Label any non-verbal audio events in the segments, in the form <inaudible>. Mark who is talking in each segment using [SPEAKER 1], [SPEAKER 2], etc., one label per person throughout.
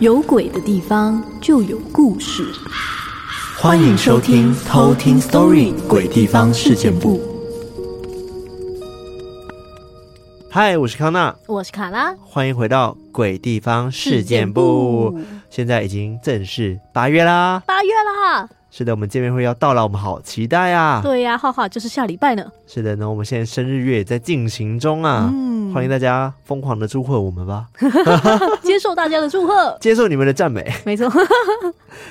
[SPEAKER 1] 有鬼的地方就有故事。
[SPEAKER 2] 欢迎收听《偷听 Story 鬼地方事件部》。嗨，我是康娜，
[SPEAKER 1] 我是卡拉，
[SPEAKER 2] 欢迎回到《鬼地方事件部》
[SPEAKER 1] 事件部
[SPEAKER 2] 现在已经正式八月啦，
[SPEAKER 1] 八月啦，
[SPEAKER 2] 是的，我们见面会要到了，我们好期待啊！
[SPEAKER 1] 对呀、浩浩就是下礼拜呢。
[SPEAKER 2] 是的呢，我们现在生日月也在进行中啊，
[SPEAKER 1] 嗯
[SPEAKER 2] 欢迎大家疯狂的祝贺我们吧，
[SPEAKER 1] 接受大家的祝贺，
[SPEAKER 2] 接受你们的赞美。 <laughs>
[SPEAKER 1] 没错，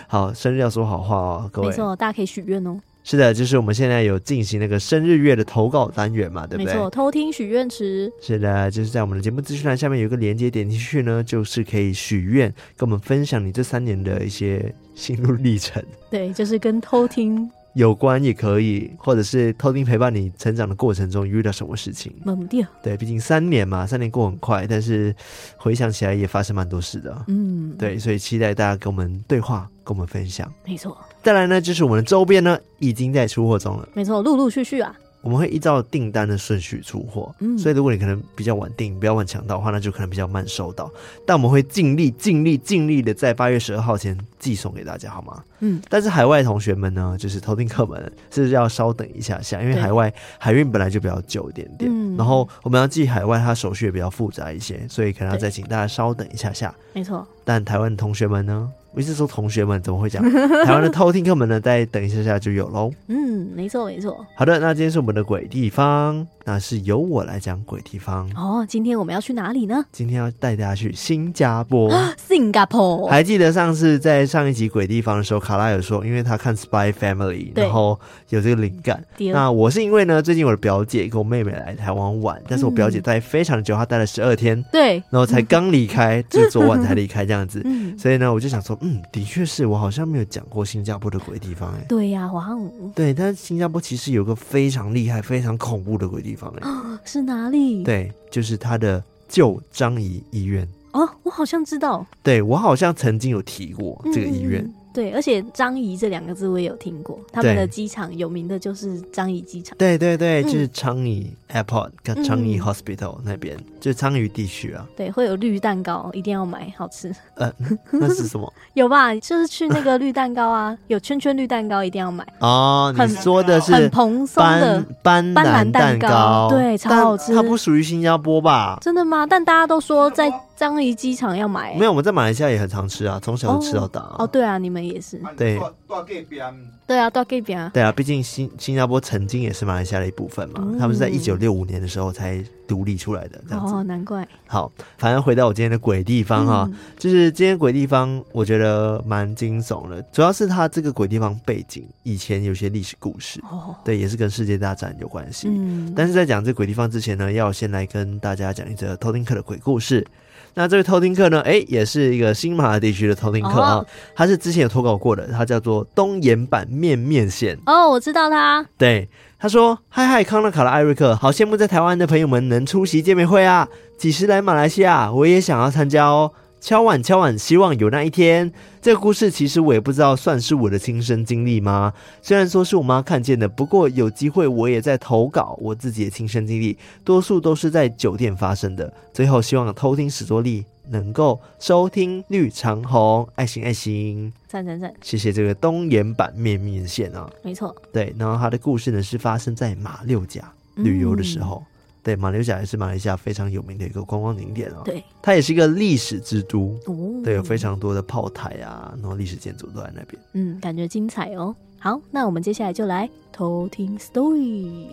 [SPEAKER 2] 好，生日要说好话哦，各
[SPEAKER 1] 没
[SPEAKER 2] 位。
[SPEAKER 1] 错，大家可以许愿哦。
[SPEAKER 2] 是的，就是我们现在有进行那个生日月的投稿单元嘛，对不
[SPEAKER 1] 没
[SPEAKER 2] 对？
[SPEAKER 1] 错，偷听许愿池，
[SPEAKER 2] 是的，就是在我们的节目资讯栏下面有一个连接，点进去呢，就是可以许愿，跟我们分享你这三年的一些心路历程，
[SPEAKER 1] 对，就是跟偷听
[SPEAKER 2] 有关也可以，或者是偷听陪伴你成长的过程中遇到什么事情。
[SPEAKER 1] 猛啊掉。
[SPEAKER 2] 对，毕竟三年嘛，三年过很快，但是回想起来也发生蛮多事的。
[SPEAKER 1] 嗯，，
[SPEAKER 2] 对，所以期待大家跟我们对话，跟我们分享。
[SPEAKER 1] 没错，
[SPEAKER 2] 再来呢，就是我们的周边呢已经在出货中了。
[SPEAKER 1] 没错，陆陆续续啊，
[SPEAKER 2] 我们会依照订单的顺序出货，
[SPEAKER 1] 嗯
[SPEAKER 2] 所以如果你可能比较晚订，比较晚抢到的话，那就可能比较慢收到。但我们会尽力、尽力、尽力的在八月十二号前寄送给大家，好吗？
[SPEAKER 1] 嗯，
[SPEAKER 2] 但是海外同学们呢，就是偷听课们是要稍等一下下，因为
[SPEAKER 1] 对
[SPEAKER 2] 海外海运本来就比较久一点点，
[SPEAKER 1] 嗯
[SPEAKER 2] 然后我们要寄海外，它手续也比较复杂一些，所以可能要再请大家稍等一下下。
[SPEAKER 1] 没错，
[SPEAKER 2] 但台湾的同学们呢，我一直说同学们怎么会
[SPEAKER 1] <laughs>
[SPEAKER 2] 讲？台湾的偷听课们呢，再等一下下就有喽。
[SPEAKER 1] 嗯，没错，没错。
[SPEAKER 2] 好的，那今天是我们的鬼地方，那是由我来讲鬼地方。
[SPEAKER 1] 哦，今天我们要去哪里呢
[SPEAKER 2] 今天要带大家去新加坡。
[SPEAKER 1] 啊？Singapore，
[SPEAKER 2] 还记得上次在上一集鬼地方的时候，卡拉有说，因为他看《Spy Family》，
[SPEAKER 1] 对
[SPEAKER 2] 然后有这个灵感。
[SPEAKER 1] 对
[SPEAKER 2] 那我是因为呢，最近我的表姐跟我妹妹来台湾玩，但是我表姐待非常久，她待了十二天，
[SPEAKER 1] 对，
[SPEAKER 2] 然后才刚离开，就是昨晚才离开这样子。
[SPEAKER 1] 嗯，
[SPEAKER 2] 所以呢，我就想说，嗯，的确是我好像没有讲过新加坡的鬼地方哎、
[SPEAKER 1] 对呀、哇哦，
[SPEAKER 2] 对，但是新加坡其实有个非常厉害、非常恐怖的鬼地方哎、
[SPEAKER 1] 是哪里？，
[SPEAKER 2] 对，就是他的旧张仪医院。
[SPEAKER 1] 哦，我好像知道
[SPEAKER 2] 对我好像曾经有提过这个医院，
[SPEAKER 1] 嗯嗯嗯对，而且张仪这两个字我也有听过，他们
[SPEAKER 2] 对
[SPEAKER 1] 的机场有名的就是张仪机场。
[SPEAKER 2] 对对对，
[SPEAKER 1] 嗯
[SPEAKER 2] 就是昌邑 Airport 跟昌邑
[SPEAKER 1] 嗯
[SPEAKER 2] Hospital 那边，就是昌邑地区
[SPEAKER 1] <laughs>
[SPEAKER 2] 啊。
[SPEAKER 1] 对，会有绿蛋糕，一定要买，好吃。 <laughs>
[SPEAKER 2] 呃，那是什么
[SPEAKER 1] 有吧？就是去那个绿蛋糕啊， <laughs> 有圈圈绿蛋糕一定要买，
[SPEAKER 2] 哦，你
[SPEAKER 1] 很
[SPEAKER 2] 说的
[SPEAKER 1] 很
[SPEAKER 2] 是
[SPEAKER 1] 蓬松
[SPEAKER 2] 斑
[SPEAKER 1] 的。
[SPEAKER 2] 斑
[SPEAKER 1] 斑斓
[SPEAKER 2] 斓
[SPEAKER 1] 蛋
[SPEAKER 2] 糕，
[SPEAKER 1] 糕对超
[SPEAKER 2] 但
[SPEAKER 1] 好吃
[SPEAKER 2] 它不属于新加坡吧？
[SPEAKER 1] 真的吗？但大家都说在樟宜机场要买、
[SPEAKER 2] 没有，我们在马来西亚也很常吃啊，从小就吃到大啊、
[SPEAKER 1] 哦，对啊，你们也是。
[SPEAKER 2] 对
[SPEAKER 3] 住住隔壁啊，
[SPEAKER 1] 对啊，到 Gay 啊。
[SPEAKER 2] 对啊，毕竟新新加坡曾经也是马来西亚的一部分嘛，他们是在
[SPEAKER 1] 嗯
[SPEAKER 2] 一九六五年的时候才独立出来的，这样子。啊
[SPEAKER 1] 哦，难怪。
[SPEAKER 2] 好，反正回到我今天的鬼地方哈、
[SPEAKER 1] 嗯
[SPEAKER 2] 就是今天鬼地方，我觉得蛮惊悚的，主要是它这个鬼地方背景以前有些历史故事，
[SPEAKER 1] 哦，
[SPEAKER 2] 对，也是跟世界大战有关系。
[SPEAKER 1] 嗯，
[SPEAKER 2] 但是在讲这鬼地方之前呢，要先来跟大家讲一则偷听客的鬼故事。那这位偷听客呢，哎，也是一个新马地区的偷听客啊、
[SPEAKER 1] 哦
[SPEAKER 2] 他是之前有投稿过的，他叫做东岩版面面线。
[SPEAKER 1] 哦，我知道啦。
[SPEAKER 2] 对，他说：“嗨嗨，康纳、卡拉、艾瑞克，好羡慕在台湾的朋友们能出席见面会啊！几时来马来西亚，我也想要参加哦。敲碗敲碗，希望有那一天。”这个故事其实我也不知道算是我的亲身经历吗？虽然说是我妈看见的，不过有机会我也在投稿我自己的亲身经历，多数都是在酒店发生的。最后希望偷听史多利能够收听绿长虹，爱心爱心，
[SPEAKER 1] 赞赞赞，
[SPEAKER 2] 谢谢这个东岩版面面线啊。
[SPEAKER 1] 没错。
[SPEAKER 2] 对，然后他的故事呢是发生在马六甲
[SPEAKER 1] 嗯
[SPEAKER 2] 旅游的时候。对，马六甲也是马来西亚非常有名的一个观光景点哦。，
[SPEAKER 1] 对，
[SPEAKER 2] 它也是一个历史之都，
[SPEAKER 1] 哦，
[SPEAKER 2] 对，有非，常多的炮台啊，然后历史建筑都在那边。
[SPEAKER 1] 嗯，感觉精彩哦。好，那我们接下来就来偷听 story。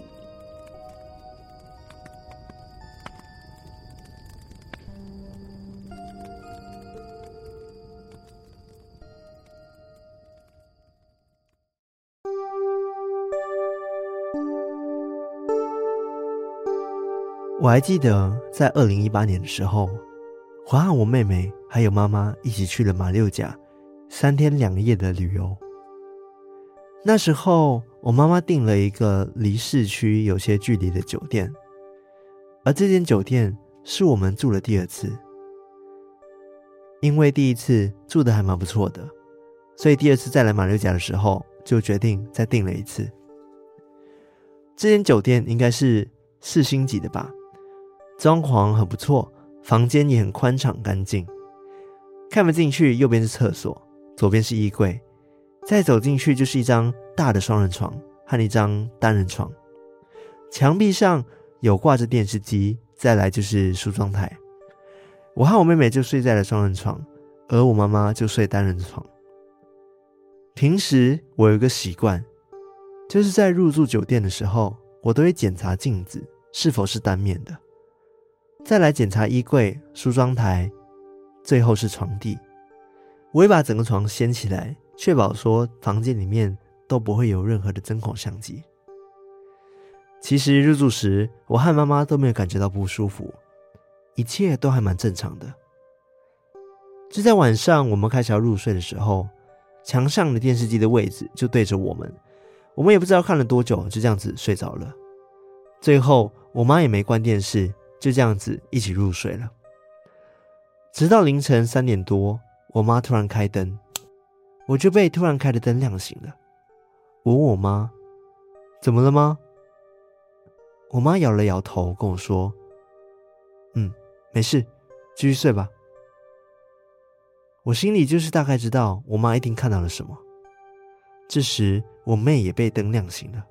[SPEAKER 2] 我还记得在二零一八年的时候，我和我妹妹还有妈妈一起去了马六甲三天两夜的旅游。那时候，我妈妈订了一个离市区有些距离的酒店，而这间酒店是我们住的第二次。因为第一次住的还蛮不错的，所以第二次再来马六甲的时候，就决定再订了一次。这间酒店应该是四星级的吧，装潢很不错，房间也很宽敞干净。开门进去，右边是厕所，左边是衣柜，再走进去就是一张大的双人床和一张单人床。墙壁上有挂着电视机，再来就是梳妆台。我和我妹妹就睡在了双人床，而我妈妈就睡单人床。平时我有一个习惯，就是在入住酒店的时候，我都会检查镜子是否是单面的，再来检查衣柜、梳妆台，最后是床底。我会把整个床掀起来，确保说房间里面都不会有任何的针孔相机。其实入住时，我和妈妈都没有感觉到不舒服，一切都还蛮正常的。就在晚上我们开始要入睡的时候，墙上的电视机的位置就对着我们，我们也不知道看了多久，就这样子睡着了。最后，我妈也没关电视，就这样子一起入睡了。直到凌晨三点多，我妈突然开灯，我就被突然开的灯亮醒了。我问我妈：“怎么了吗？”我妈摇了摇头，跟我说：“嗯，没事，继续睡吧。”我心里就是大概知道我妈一定看到了什么。这时，我妹也被灯亮醒了，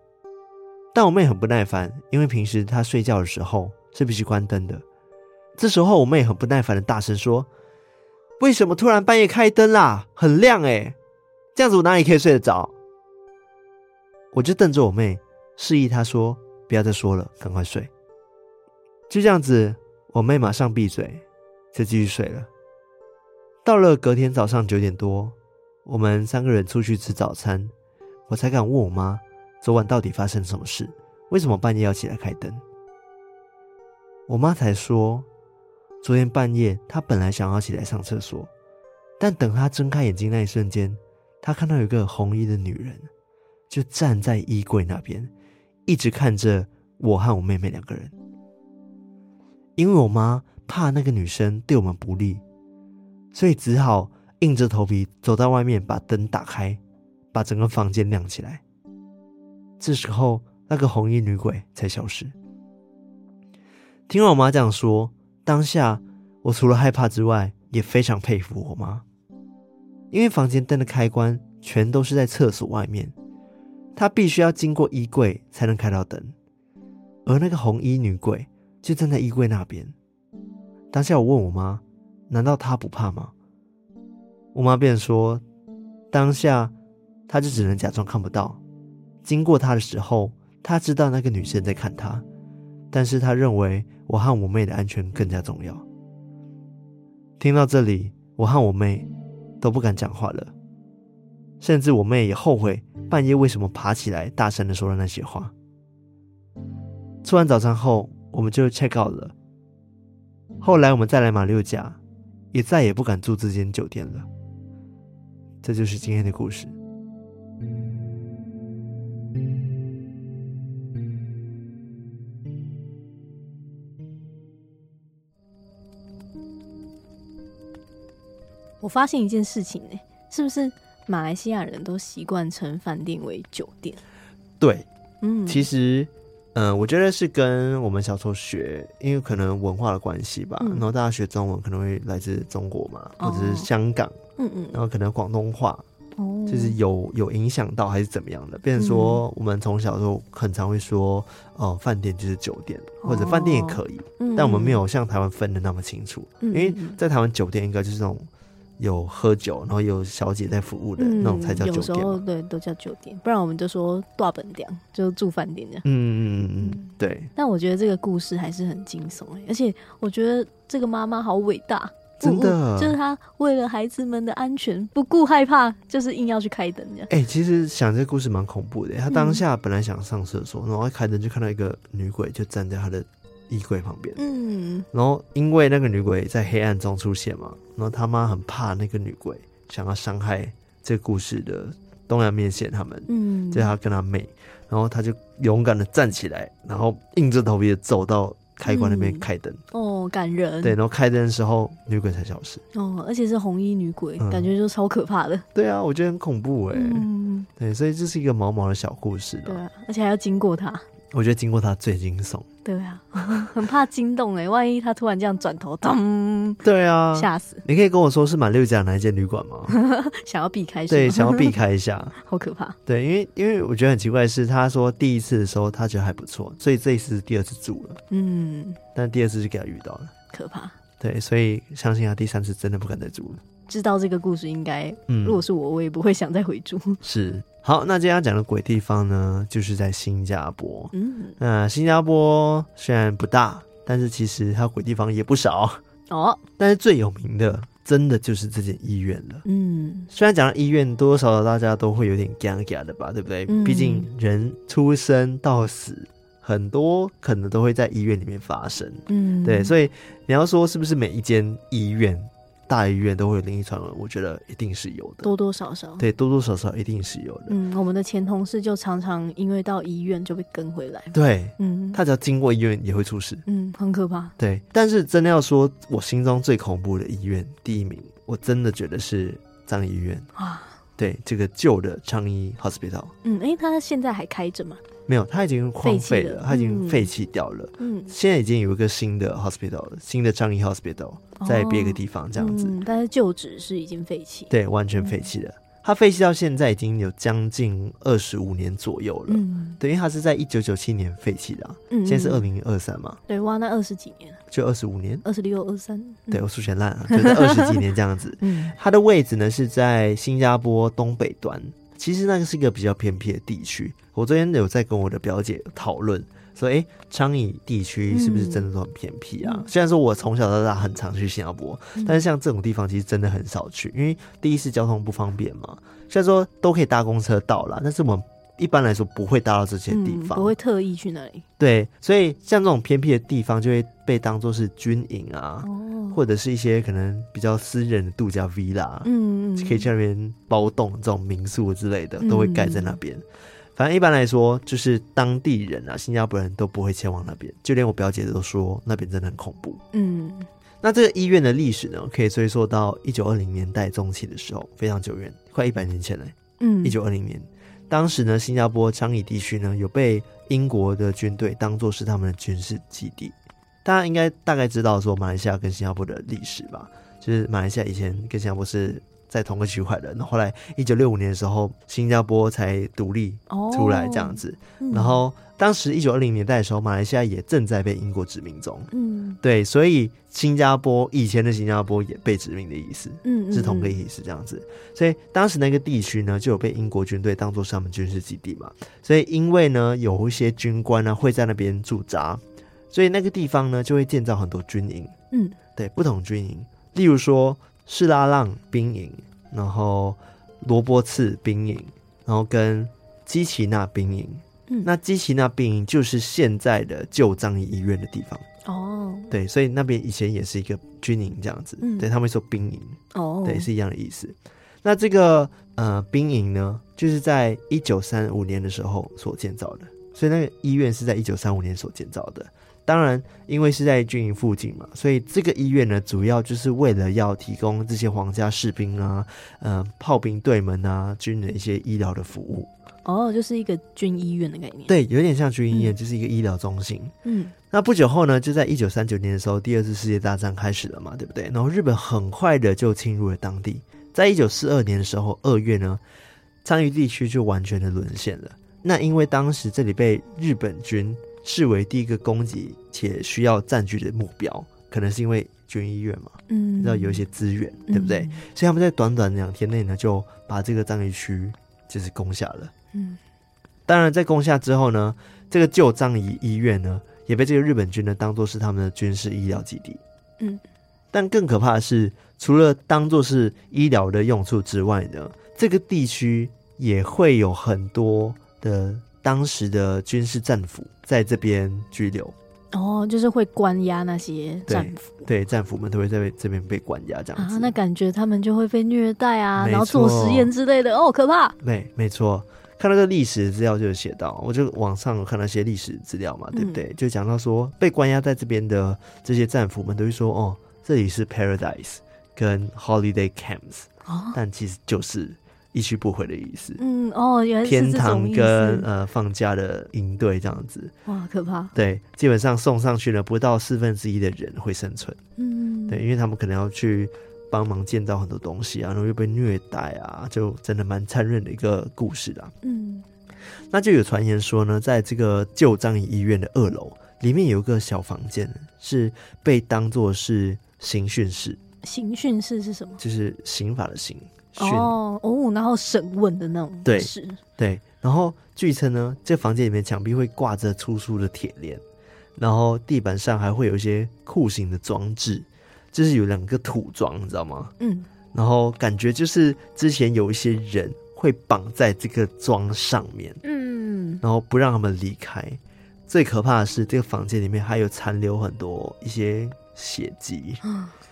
[SPEAKER 2] 但我妹很不耐烦，因为平时她睡觉的时候是必须关灯的。这时候，我妹很不耐烦的大声说：“为什么突然半夜开灯啦？很亮诶、这样子我哪里可以睡得着？”我就瞪着我妹，示意她说：“不要再说了，赶快睡。”就这样子，我妹马上闭嘴，就继续睡了。到了隔天早上九点多，我们三个人出去吃早餐，我才敢问我妈昨晚到底发生什么事，为什么半夜要起来开灯？我妈才说，昨天半夜她本来想要起来上厕所，但等她睁开眼睛那一瞬间，她看到有一个红衣的女人，就站在衣柜那边，一直看着我和我妹妹两个人。因为我妈怕那个女生对我们不利，所以只好硬着头皮走到外面，把灯打开，把整个房间亮起来。这时候，那个红衣女鬼才消失。听完我妈这样说，当下我除了害怕之外，也非常佩服我妈，因为房间灯的开关全都是在厕所外面，她必须要经过衣柜才能开到灯，而那个红衣女鬼就站在衣柜那边。当下我问我妈：“难道她不怕吗？”我妈便说：“当下她就只能假装看不到。经过她的时候，她知道那个女生在看她，但是她认为我和我妹的安全更加重要。”听到这里，我和我妹都不敢讲话了，甚至我妹也后悔半夜为什么爬起来大声的说了那些话。吃完早餐后，我们就 check out 了。后来我们再来马六甲，也再也不敢住这间酒店了。这就是今天的故事。
[SPEAKER 1] 我发现一件事情呢、是不是马来西亚人都习惯称饭店为酒店？
[SPEAKER 2] 对，
[SPEAKER 1] 嗯，
[SPEAKER 2] 其实，嗯、我觉得是跟我们小时候学，因为可能文化的关系吧，
[SPEAKER 1] 嗯
[SPEAKER 2] 然后大家学中文可能会来自中国嘛，
[SPEAKER 1] 哦
[SPEAKER 2] 或者是香港，
[SPEAKER 1] 嗯嗯
[SPEAKER 2] 然后可能广东话，
[SPEAKER 1] 哦，
[SPEAKER 2] 哦就是有有影响到还是怎么样的？变成说我们从小就很常会说，哦、饭店就是酒店，或者饭店也可以，
[SPEAKER 1] 哦嗯，
[SPEAKER 2] 但我们没有像台湾分的那么清楚，
[SPEAKER 1] 嗯，
[SPEAKER 2] 因
[SPEAKER 1] 因
[SPEAKER 2] 为在台湾酒店应该就是那种有喝酒，然后有小姐在服务的、那种才叫酒
[SPEAKER 1] 嗯有时
[SPEAKER 2] 店
[SPEAKER 1] 候
[SPEAKER 2] 嘛。
[SPEAKER 1] 对都叫酒店，不然我们就说大本店，就住饭店这样。
[SPEAKER 2] 嗯嗯嗯嗯，对，
[SPEAKER 1] 但我觉得这个故事还是很惊悚哎、而且我觉得这个妈妈好伟大，
[SPEAKER 2] 真的
[SPEAKER 1] 嗯嗯就是她为了孩子们的安全，不顾害怕，就是硬要去开灯这样。
[SPEAKER 2] 哎、其实想这故事蛮恐怖的。他
[SPEAKER 1] 嗯
[SPEAKER 2] 当下本来想上厕所，然后一开灯就看到一个女鬼就站在他的衣柜旁边。
[SPEAKER 1] 嗯，
[SPEAKER 2] 然后因为那个女鬼在黑暗中出现嘛，然后他妈很怕那个女鬼想要伤害这故事的东阳面线他们，
[SPEAKER 1] 嗯，
[SPEAKER 2] 这是他跟他妹，然后他就勇敢的站起来，然后硬着头皮的走到开关那边
[SPEAKER 1] 嗯
[SPEAKER 2] 开灯。
[SPEAKER 1] 哦，感人，
[SPEAKER 2] 对，然后开灯的时候女鬼才消失。
[SPEAKER 1] 哦，而且是红衣女鬼，
[SPEAKER 2] 嗯
[SPEAKER 1] 感觉就超可怕的。
[SPEAKER 2] 对啊，我觉得很恐怖哎、
[SPEAKER 1] 嗯，
[SPEAKER 2] 对，所以这是一个毛毛的小故事
[SPEAKER 1] 对
[SPEAKER 2] 啦。
[SPEAKER 1] 啊，而且还要经过她。
[SPEAKER 2] 我觉得经过它最惊悚。
[SPEAKER 1] 对啊， <laughs> 很怕惊动哎、万一她突然这样转头，咚，
[SPEAKER 2] 对啊，
[SPEAKER 1] 吓死，
[SPEAKER 2] 你可以跟我说是满六甲哪一间旅馆吗？
[SPEAKER 1] 想要避开是
[SPEAKER 2] 对，
[SPEAKER 1] 吗
[SPEAKER 2] 想要避开一下。 <laughs>
[SPEAKER 1] 好可怕。
[SPEAKER 2] 对，因为因为我觉得很奇怪的是，他说第一次的时候他觉得还不错，所以这一次是第二次住了，
[SPEAKER 1] 嗯，
[SPEAKER 2] 但第二次就给他遇到了。
[SPEAKER 1] 可怕。
[SPEAKER 2] 对，所以相信他第三次真的不敢再住了。
[SPEAKER 1] 知道这个故事，应该
[SPEAKER 2] 嗯，
[SPEAKER 1] 如果是我，我也不会想再回
[SPEAKER 2] <laughs>
[SPEAKER 1] 住。
[SPEAKER 2] 是好，那今天要讲的鬼地方呢，就是在新加坡。
[SPEAKER 1] 嗯，
[SPEAKER 2] 那新加坡虽然不大，但是其实它鬼地方也不少，
[SPEAKER 1] 哦，
[SPEAKER 2] 但是最有名的真的就是这间医院了。
[SPEAKER 1] 嗯，
[SPEAKER 2] 虽然讲到医院，多多少少大家都会有点尴尬的吧，对不对？
[SPEAKER 1] 嗯
[SPEAKER 2] 毕竟人出生到死，很多可能都会在医院里面发生。
[SPEAKER 1] 嗯，
[SPEAKER 2] 对，所以你要说是不是每一间医院、大医院都会有灵异传闻？我觉得一定是有的，
[SPEAKER 1] 多多少少，
[SPEAKER 2] 对，多多少少一定是有的。
[SPEAKER 1] 嗯，我们的前同事就常常因为到医院就被跟回来，
[SPEAKER 2] 对
[SPEAKER 1] 嗯，
[SPEAKER 2] 他只要经过医院也会出事。
[SPEAKER 1] 嗯很可怕，
[SPEAKER 2] 对，但是真的要说，我心中最恐怖的医院第一名，我真的觉得是张医院。
[SPEAKER 1] 啊，
[SPEAKER 2] 对，这个旧的张医 hospital
[SPEAKER 1] 嗯，哎、他现在还开着嘛？
[SPEAKER 2] 没有，它已经荒废了，
[SPEAKER 1] 废弃了
[SPEAKER 2] 它已经
[SPEAKER 1] 嗯
[SPEAKER 2] 废弃掉了。
[SPEAKER 1] 嗯，
[SPEAKER 2] 现在已经有一个新的 hospital，了新的张医 hospital 在别个地方这样子，
[SPEAKER 1] 哦嗯，但是旧址是已经废弃，
[SPEAKER 2] 对，完全废弃了。它废弃到现在已经有将近二十五年左右了，
[SPEAKER 1] 嗯
[SPEAKER 2] 对，因为它是在一九九七年废弃的啊、
[SPEAKER 1] 嗯，
[SPEAKER 2] 现在是
[SPEAKER 1] 嗯
[SPEAKER 2] 二，零二三嘛，
[SPEAKER 1] 对，哇，那二十几年了，
[SPEAKER 2] 就二十五年，
[SPEAKER 1] 二十六、二三，。
[SPEAKER 2] 对我数学烂啊，就是二十几年这样子
[SPEAKER 1] 嗯，
[SPEAKER 2] 它的位置呢是在新加坡东北端，其实那个是一个比较偏僻的地区。我昨天有在跟我的表姐讨论，说诶，昌邑地区是不是真的都很偏僻啊？
[SPEAKER 1] 嗯
[SPEAKER 2] 虽然说我从小到大很常去新加坡，
[SPEAKER 1] 嗯
[SPEAKER 2] 但是像这种地方其实真的很少去，因为第一是交通不方便嘛，虽然说都可以搭公车到啦，但是我们。一般来说不会搭到这些地
[SPEAKER 1] 嗯
[SPEAKER 2] 方，
[SPEAKER 1] 不会特意去那里，
[SPEAKER 2] 对，所以像这种偏僻的地方就会被当做是军营啊，
[SPEAKER 1] 哦，
[SPEAKER 2] 或者是一些可能比较私人的度假 villa，、啊
[SPEAKER 1] 嗯，嗯，
[SPEAKER 2] 可以去那边包栋这种民宿之类的，
[SPEAKER 1] 嗯
[SPEAKER 2] 都会盖在那边。反正一般来说，就是当地人啊，新加坡人都不会前往那边，就连我表姐都说那边真的很恐怖。
[SPEAKER 1] 嗯，
[SPEAKER 2] 那这个医院的历史呢，可以追溯到一九二零年代中期的时候，非常久远，快一百年前了。欸
[SPEAKER 1] 嗯，
[SPEAKER 2] 一九二零年，当时呢，新加坡樟宜地区呢有被英国的军队当做是他们的军事基地。大家应该大概知道说马来西亚跟新加坡的历史吧，就是马来西亚以前跟新加坡是在同个区块的，那后来一九六五年的时候，新加坡才独立
[SPEAKER 1] 哦
[SPEAKER 2] 出来这样，子。
[SPEAKER 1] 嗯
[SPEAKER 2] 然，后当时一九二零年代的时候，马来西亚也正在被英国殖民中，
[SPEAKER 1] 嗯
[SPEAKER 2] 对，所以新加坡以前的新加坡也被殖民的意思。
[SPEAKER 1] 嗯，
[SPEAKER 2] 是同个
[SPEAKER 1] 嗯
[SPEAKER 2] 意思这样子。所以当时那个地区呢，就有被英国军队当做是他们军事基地嘛。所以因为呢，有一些军官呢会在那边驻扎，所以那个地方呢就会建造很多军营。
[SPEAKER 1] 嗯，
[SPEAKER 2] 对，不同军营，例如说士拉浪兵营，然后罗伯茨兵营，然后跟基奇纳兵营。
[SPEAKER 1] 嗯
[SPEAKER 2] 那基奇纳兵营就是现在的旧樟宜医院的地方，
[SPEAKER 1] 哦
[SPEAKER 2] 对，所以那边以前也是一个军营这样子，
[SPEAKER 1] 嗯
[SPEAKER 2] 对他们说兵营，
[SPEAKER 1] 哦，
[SPEAKER 2] 对，是一样的意思。那这个呃兵营呢，就是在一九三五年的时候所建造的，所以那个医院是在一九三五年所建造的。当然，因为是在军营附近嘛，所以这个医院呢，主要就是为了要提供这些皇家士兵啊、嗯、炮兵队们啊、军人一些医疗的服务。
[SPEAKER 1] 哦，就是一个军医院的概念，，
[SPEAKER 2] 对，有点像军医院，
[SPEAKER 1] 嗯
[SPEAKER 2] 就是一个医疗中心。
[SPEAKER 1] 嗯
[SPEAKER 2] 那不久后呢，就在一九三九年的时候，第二次世界大战开始了嘛，对不对？然后日本很快的就侵入了当地，在一九四二年的时候，二月呢，参与地区就完全的沦陷了。那因为当时这里被日本军视为第一个攻击且需要占据的目标，可能是因为捐医院嘛，
[SPEAKER 1] 嗯
[SPEAKER 2] 你知道有一些资源，对不对？？所以他们在短短两天内呢，就把这个藏医区就是攻下了。
[SPEAKER 1] 嗯
[SPEAKER 2] 当然，在攻下之后呢，这个旧藏医医院呢，也被这个日本军呢当做是他们的军事医疗基地。
[SPEAKER 1] 嗯，
[SPEAKER 2] 但更可怕的是，除了当做是医疗的用处之外呢，这个地区也会有很多的当时的军事战俘在这边拘留。
[SPEAKER 1] 嗯哦，就是会关押那些战俘
[SPEAKER 2] 对，战俘们都会在这边被关押这样子。
[SPEAKER 1] 啊，那感觉他们就会被虐待啊，
[SPEAKER 2] 没
[SPEAKER 1] 然后做
[SPEAKER 2] 错
[SPEAKER 1] 实验之类的，哦，可怕。
[SPEAKER 2] 没没错，看到这历史资料就有写到，我就网上有看到一些历史资料嘛，对不对？
[SPEAKER 1] 嗯
[SPEAKER 2] 就讲到说，被关押在这边的这些战俘们都会说，哦，这里是 paradise 跟 holiday camps，
[SPEAKER 1] 哦，
[SPEAKER 2] 但其实就是一去不回的意思。
[SPEAKER 1] 嗯，哦，原来
[SPEAKER 2] 天
[SPEAKER 1] 是这种
[SPEAKER 2] 堂
[SPEAKER 1] 意
[SPEAKER 2] 跟
[SPEAKER 1] 思，
[SPEAKER 2] 呃放假的营队这样子，
[SPEAKER 1] 哇，可怕。
[SPEAKER 2] 对，基本上送上去了不到四分之一的人会生存，
[SPEAKER 1] 嗯，
[SPEAKER 2] 对，因为他们可能要去帮忙建造很多东西啊，然后又被虐待啊，就真的蛮残忍的一个故事啦。
[SPEAKER 1] 嗯，
[SPEAKER 2] 那就有传言说呢，在这个旧樟宜医院的二楼里面有一个小房间，是被当做是刑讯室，
[SPEAKER 1] 刑讯室是什么？
[SPEAKER 2] 就是刑法的刑讯。
[SPEAKER 1] 哦哦，然后审问的那种
[SPEAKER 2] 对
[SPEAKER 1] 是
[SPEAKER 2] 对，然后据称呢，这房间里面墙壁会挂着粗粗的铁链，然后地板上还会有一些酷刑的装置，就是有两个土桩，你知道吗？
[SPEAKER 1] 嗯，
[SPEAKER 2] 然后感觉就是之前有一些人会绑在这个桩上面。
[SPEAKER 1] 嗯，
[SPEAKER 2] 然后不让他们离开。最可怕的是，这个房间里面还有残留很多一些血迹，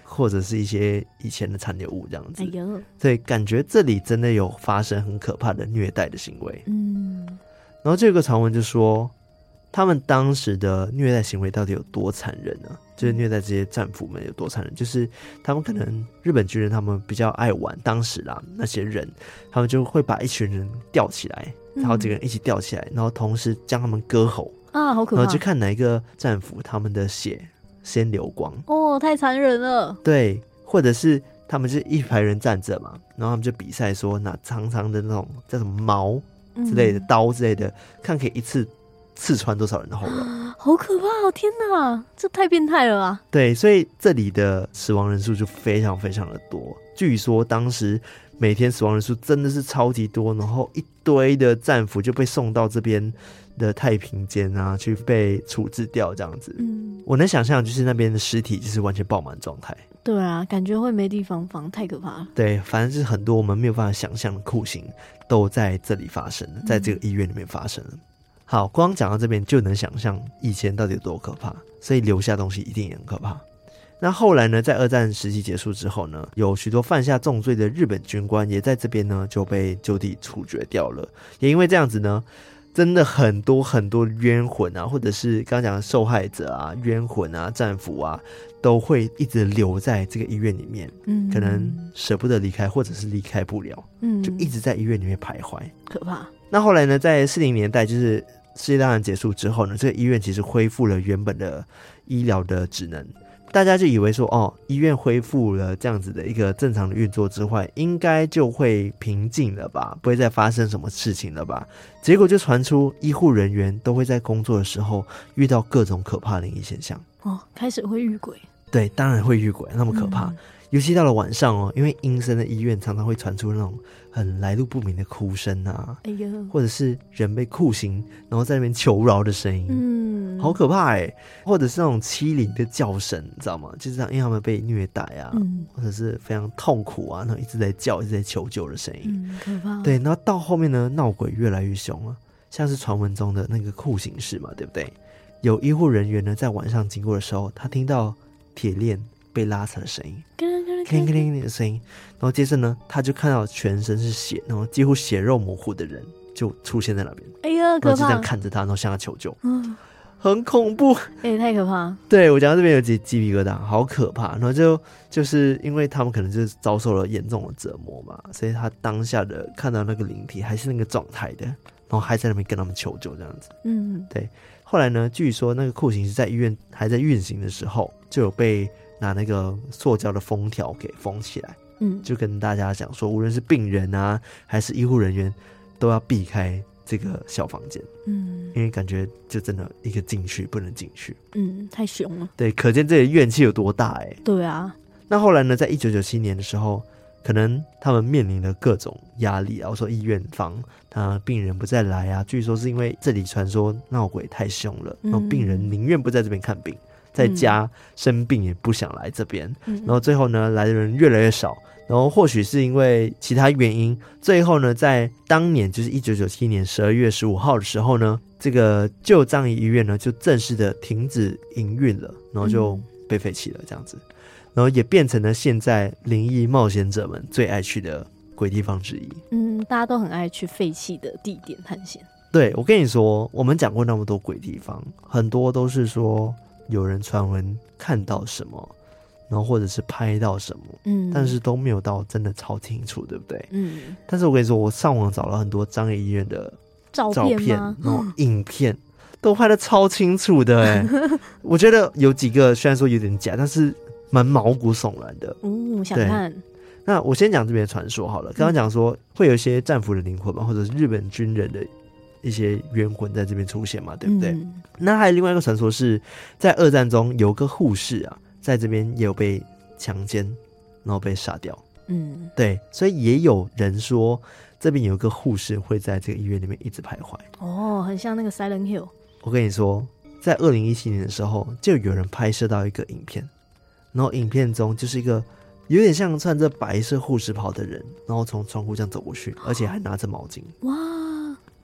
[SPEAKER 2] 或者是一些以前的残留物这样子
[SPEAKER 1] 哎。呦，
[SPEAKER 2] 所以感觉这里真的有发生很可怕的虐待的行为。
[SPEAKER 1] 嗯
[SPEAKER 2] 然后这个传闻就说，他们当时的虐待行为到底有多残忍呢、就是虐待这些战俘们有多残忍？就是他们可能日本军人他们比较爱玩，当时啦那些人，他们就会把一群人吊起来，
[SPEAKER 1] 嗯
[SPEAKER 2] 然后几个人一起吊起来，然后同时将他们割喉，
[SPEAKER 1] 啊，好
[SPEAKER 2] 然
[SPEAKER 1] 可
[SPEAKER 2] 后就
[SPEAKER 1] 怕。
[SPEAKER 2] 看哪一个战俘他们的血先流光，
[SPEAKER 1] 哦，太残忍了！
[SPEAKER 2] 对，或者是他们是一排人站着嘛，然后他们就比赛说拿长长的那种叫什么矛
[SPEAKER 1] 嗯
[SPEAKER 2] 之类的、，刀之类的，看可以一次刺穿多少人的喉咙。
[SPEAKER 1] 好可怕哦！天哪，这太变态了啊！
[SPEAKER 2] 对，所以这里的死亡人数就非常非常的多。据说当时每天死亡人数真的是超级多，然后一堆的战俘就被送到这边的太平间啊，去被处置掉这样子。
[SPEAKER 1] 嗯，
[SPEAKER 2] 我能想象，就是那边的尸体就是完全爆满状态。
[SPEAKER 1] 对啊，感觉会没地方放，太可怕了。
[SPEAKER 2] 对，反正就是很多我们没有办法想象的酷刑都在这里发生，在这个医院里面发生了。好，光讲到这边就能想象以前到底有多可怕，所以留下东西一定也很可怕。那后来呢，在二战时期结束之后呢，有许多犯下重罪的日本军官也在这边呢就被就地处决掉了。也因为这样子呢，真的很多很多冤魂啊，或者是刚刚讲的受害者啊、冤魂啊、战俘啊，都会一直留在这个医院里面。
[SPEAKER 1] 嗯，
[SPEAKER 2] 可能舍不得离开，或者是离开不了，
[SPEAKER 1] 嗯，
[SPEAKER 2] 就一直在医院里面徘徊。
[SPEAKER 1] 可怕。
[SPEAKER 2] 那后来呢，在四零年代，就是世界大战结束之后呢，这个医院其实恢复了原本的医疗的职能。大家就以为说，哦，医院恢复了这样子的一个正常的运作之外，应该就会平静了吧，不会再发生什么事情了吧？结果就传出医护人员都会在工作的时候遇到各种可怕的灵异现象。
[SPEAKER 1] 哦，开始会遇鬼，
[SPEAKER 2] 对，当然会遇鬼，那么可怕。
[SPEAKER 1] 嗯
[SPEAKER 2] 尤其到了晚上哦，因为阴森的医院常常会传出那种很来路不明的哭声啊，
[SPEAKER 1] 哎呦，
[SPEAKER 2] 或者是人被酷刑，然后在那边求饶的声音，
[SPEAKER 1] 嗯，
[SPEAKER 2] 好可怕哎、或者是那种欺凌的叫声，你知道吗？就是这样，因为他们被虐待啊，
[SPEAKER 1] 嗯
[SPEAKER 2] 或者是非常痛苦啊，然后一直在叫，一直在求救的声音。
[SPEAKER 1] 嗯，可怕。
[SPEAKER 2] 对，然后到后面呢，闹鬼越来越凶了，像是传闻中的那个酷刑室嘛，对不对？有医护人员呢，在晚上经过的时候，他听到铁链被拉扯的声音。
[SPEAKER 1] 咯咯咯咯，
[SPEAKER 2] 叮叮叮叮的声音，然后接着呢，他就看到全身是血，然后几乎血肉模糊的人就出现在那边，
[SPEAKER 1] 哎呀，
[SPEAKER 2] 然后
[SPEAKER 1] 可
[SPEAKER 2] 就这样
[SPEAKER 1] 怕。
[SPEAKER 2] 看着他，然后向他求救，
[SPEAKER 1] 嗯，
[SPEAKER 2] 很恐怖。 <laughs>
[SPEAKER 1] 哎，太可怕。
[SPEAKER 2] 对我讲到这边有鸡鸡皮疙瘩，好可怕。然后就就是因为他们可能就是遭受了严重的折磨嘛，所以他当下的看到那个灵体还是那个状态的，然后还在那边跟他们求救这样子。
[SPEAKER 1] 嗯，
[SPEAKER 2] 后来呢，据说那个酷刑是在医院还在运行的时候，就有被拿那个塑胶的封条给封起来。
[SPEAKER 1] 嗯，
[SPEAKER 2] 就跟大家讲说，无论是病人啊，还是医护人员，都要避开这个小房间，
[SPEAKER 1] 嗯
[SPEAKER 2] 因为感觉就真的一个进去不能进去。
[SPEAKER 1] 嗯，太凶了。
[SPEAKER 2] 对，可见这里怨气有多大哎、
[SPEAKER 1] 对啊，
[SPEAKER 2] 那后来呢，在一九九七年的时候，可能他们面临了各种压力啊，我说医院方他病人不再来啊，据说是因为这里传说闹鬼太凶了，
[SPEAKER 1] 嗯
[SPEAKER 2] 然后病人宁愿不在这边看病，在家生病也不想来这边。
[SPEAKER 1] 嗯
[SPEAKER 2] 然后最后呢，来的人越来越少。然后或许是因为其他原因，最后呢，在当年就是一九九七年十二月十五号的时候呢，这个旧葬仪医院呢就正式的停止营运了，然后就
[SPEAKER 1] 嗯
[SPEAKER 2] 被废弃了这样子，然后也变成了现在灵异冒险者们最爱去的鬼地方之一。
[SPEAKER 1] 嗯，大家都很爱去废弃的地点探险。
[SPEAKER 2] 对我跟你说，我们讲过那么多鬼地方，很多都是说有人传闻看到什么，然后或者是拍到什么。
[SPEAKER 1] 嗯，
[SPEAKER 2] 但是都没有到真的超清楚，对不对？
[SPEAKER 1] 嗯，
[SPEAKER 2] 但是我跟你说，我上网找了很多张医院的
[SPEAKER 1] 照
[SPEAKER 2] 照
[SPEAKER 1] 片
[SPEAKER 2] 片，
[SPEAKER 1] 吗？
[SPEAKER 2] 然后影片，都拍的超清楚的哎、
[SPEAKER 1] <laughs>
[SPEAKER 2] 我觉得有几个虽然说有点假，但是蛮毛骨悚然的。
[SPEAKER 1] 嗯，想
[SPEAKER 2] 对
[SPEAKER 1] 看。
[SPEAKER 2] 那我先讲这边的传说好了。刚刚讲说会有一些战俘的灵魂嘛，或者是日本军人的一些冤魂在这边出现嘛，对不对？
[SPEAKER 1] 嗯
[SPEAKER 2] 那还有另外一个传说是在二战中有个护士啊，在这边也有被强奸，然后被杀掉。
[SPEAKER 1] 嗯
[SPEAKER 2] 对，所以也有人说这边有一个护士会在这个医院里面一直徘徊。
[SPEAKER 1] 哦，很像那个 Silent Hill。
[SPEAKER 2] 我跟你说，在二零一七年的时候，就有人拍摄到一个影片，然后影片中就是一个有点像穿着白色护士袍的人，然后从窗户这样走过去，而且还拿着毛巾。
[SPEAKER 1] 哇，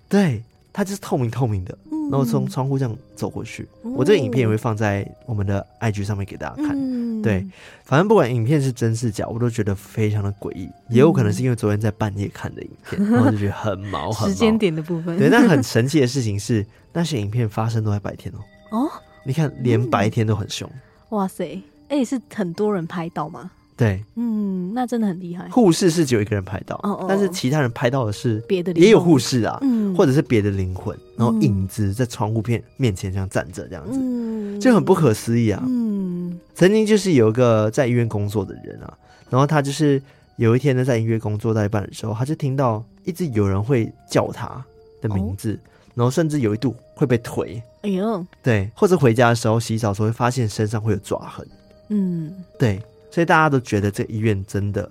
[SPEAKER 2] 对，他就是透明透明的，
[SPEAKER 1] 嗯
[SPEAKER 2] 然后从窗户这样走过去。我这个影片也会放在我们的 IG 上面给大家看。
[SPEAKER 1] 嗯
[SPEAKER 2] 对，反正不管影片是真是假，我都觉得非常的诡异，也有可能是因为昨天在半夜看的影
[SPEAKER 1] <laughs>
[SPEAKER 2] 片，然后就觉得很毛哦很
[SPEAKER 1] 嗯时间
[SPEAKER 2] 毛。
[SPEAKER 1] 点的部分。
[SPEAKER 2] 对，但
[SPEAKER 1] <laughs>
[SPEAKER 2] 很神奇的事情是，那些影片发生都在白天哦。
[SPEAKER 1] 哦，
[SPEAKER 2] 你看，连白天都很凶。
[SPEAKER 1] 哇塞，哎，是很多人拍到吗？
[SPEAKER 2] 对，
[SPEAKER 1] 嗯，那真的很厉害。
[SPEAKER 2] 护士是只有一个人拍到，
[SPEAKER 1] 哦哦
[SPEAKER 2] 但是其他人拍到的是
[SPEAKER 1] 别的地方
[SPEAKER 2] 也有护，士啊，
[SPEAKER 1] 嗯，
[SPEAKER 2] 或
[SPEAKER 1] 者
[SPEAKER 2] 者是别的灵魂，然后影子在窗户片面前这样站着，这样子
[SPEAKER 1] 嗯，
[SPEAKER 2] 就很不可思议啊。
[SPEAKER 1] 嗯
[SPEAKER 2] 曾经就是有一个在医院工作的人啊，然后他就是有一天呢，在医院工作到一半的时候，他就听到一直有人会叫他的名字，然后甚至有一度会被推，
[SPEAKER 1] 哎呦，
[SPEAKER 2] 对，或者回家的时候洗澡的时候会发现身上会有抓痕，
[SPEAKER 1] 嗯
[SPEAKER 2] 对，所以大家都觉得这医院真的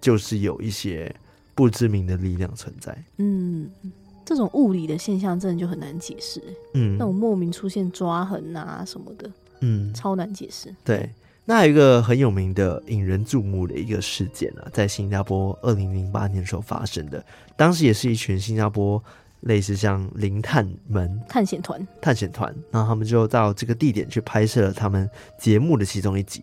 [SPEAKER 2] 就是有一些不知名的力量存在。
[SPEAKER 1] 嗯，这种物理的现象真的就很难解释，
[SPEAKER 2] 嗯
[SPEAKER 1] 那种莫名出现抓痕啊什么的，
[SPEAKER 2] 嗯，
[SPEAKER 1] 超难解释。
[SPEAKER 2] 对。那还有一个很有名的、引人注目的一个事件啊，在新加坡二零零八年的时候发生的，当时也是一群新加坡类似像灵探们
[SPEAKER 1] 探险团，
[SPEAKER 2] 探险团，然后他们就到这个地点去拍摄了他们节目的其中一集。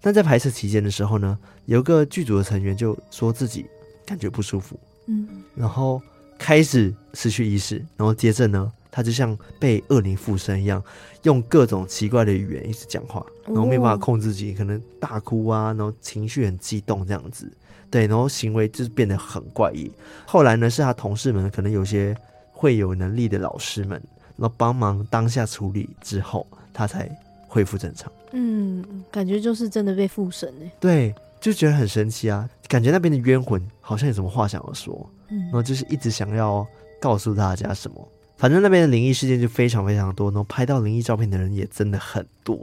[SPEAKER 2] 那在拍摄期间的时候呢，有一个剧组的成员就说自己感觉不舒服，
[SPEAKER 1] 嗯，
[SPEAKER 2] 然后开始失去意识，然后接着呢，他就像被恶灵附身一样，用各种奇怪的语言一直讲话，然后没办法控制自己，可能大哭啊，然后情绪很激动这样子，对，然后行为就是变得很怪异。后来呢，是他同事们可能有些会有能力的老师们，然后帮忙当下处理之后，他才恢复正常。
[SPEAKER 1] 嗯，感觉就是真的被附身哎、
[SPEAKER 2] 对，就觉得很神奇啊，感觉那边的冤魂好像有什么话想要说。然后
[SPEAKER 1] 嗯
[SPEAKER 2] 就是一直想要告诉大家什么。反正那边的灵异事件就非常非常多，然后拍到灵异照片的人也真的很多。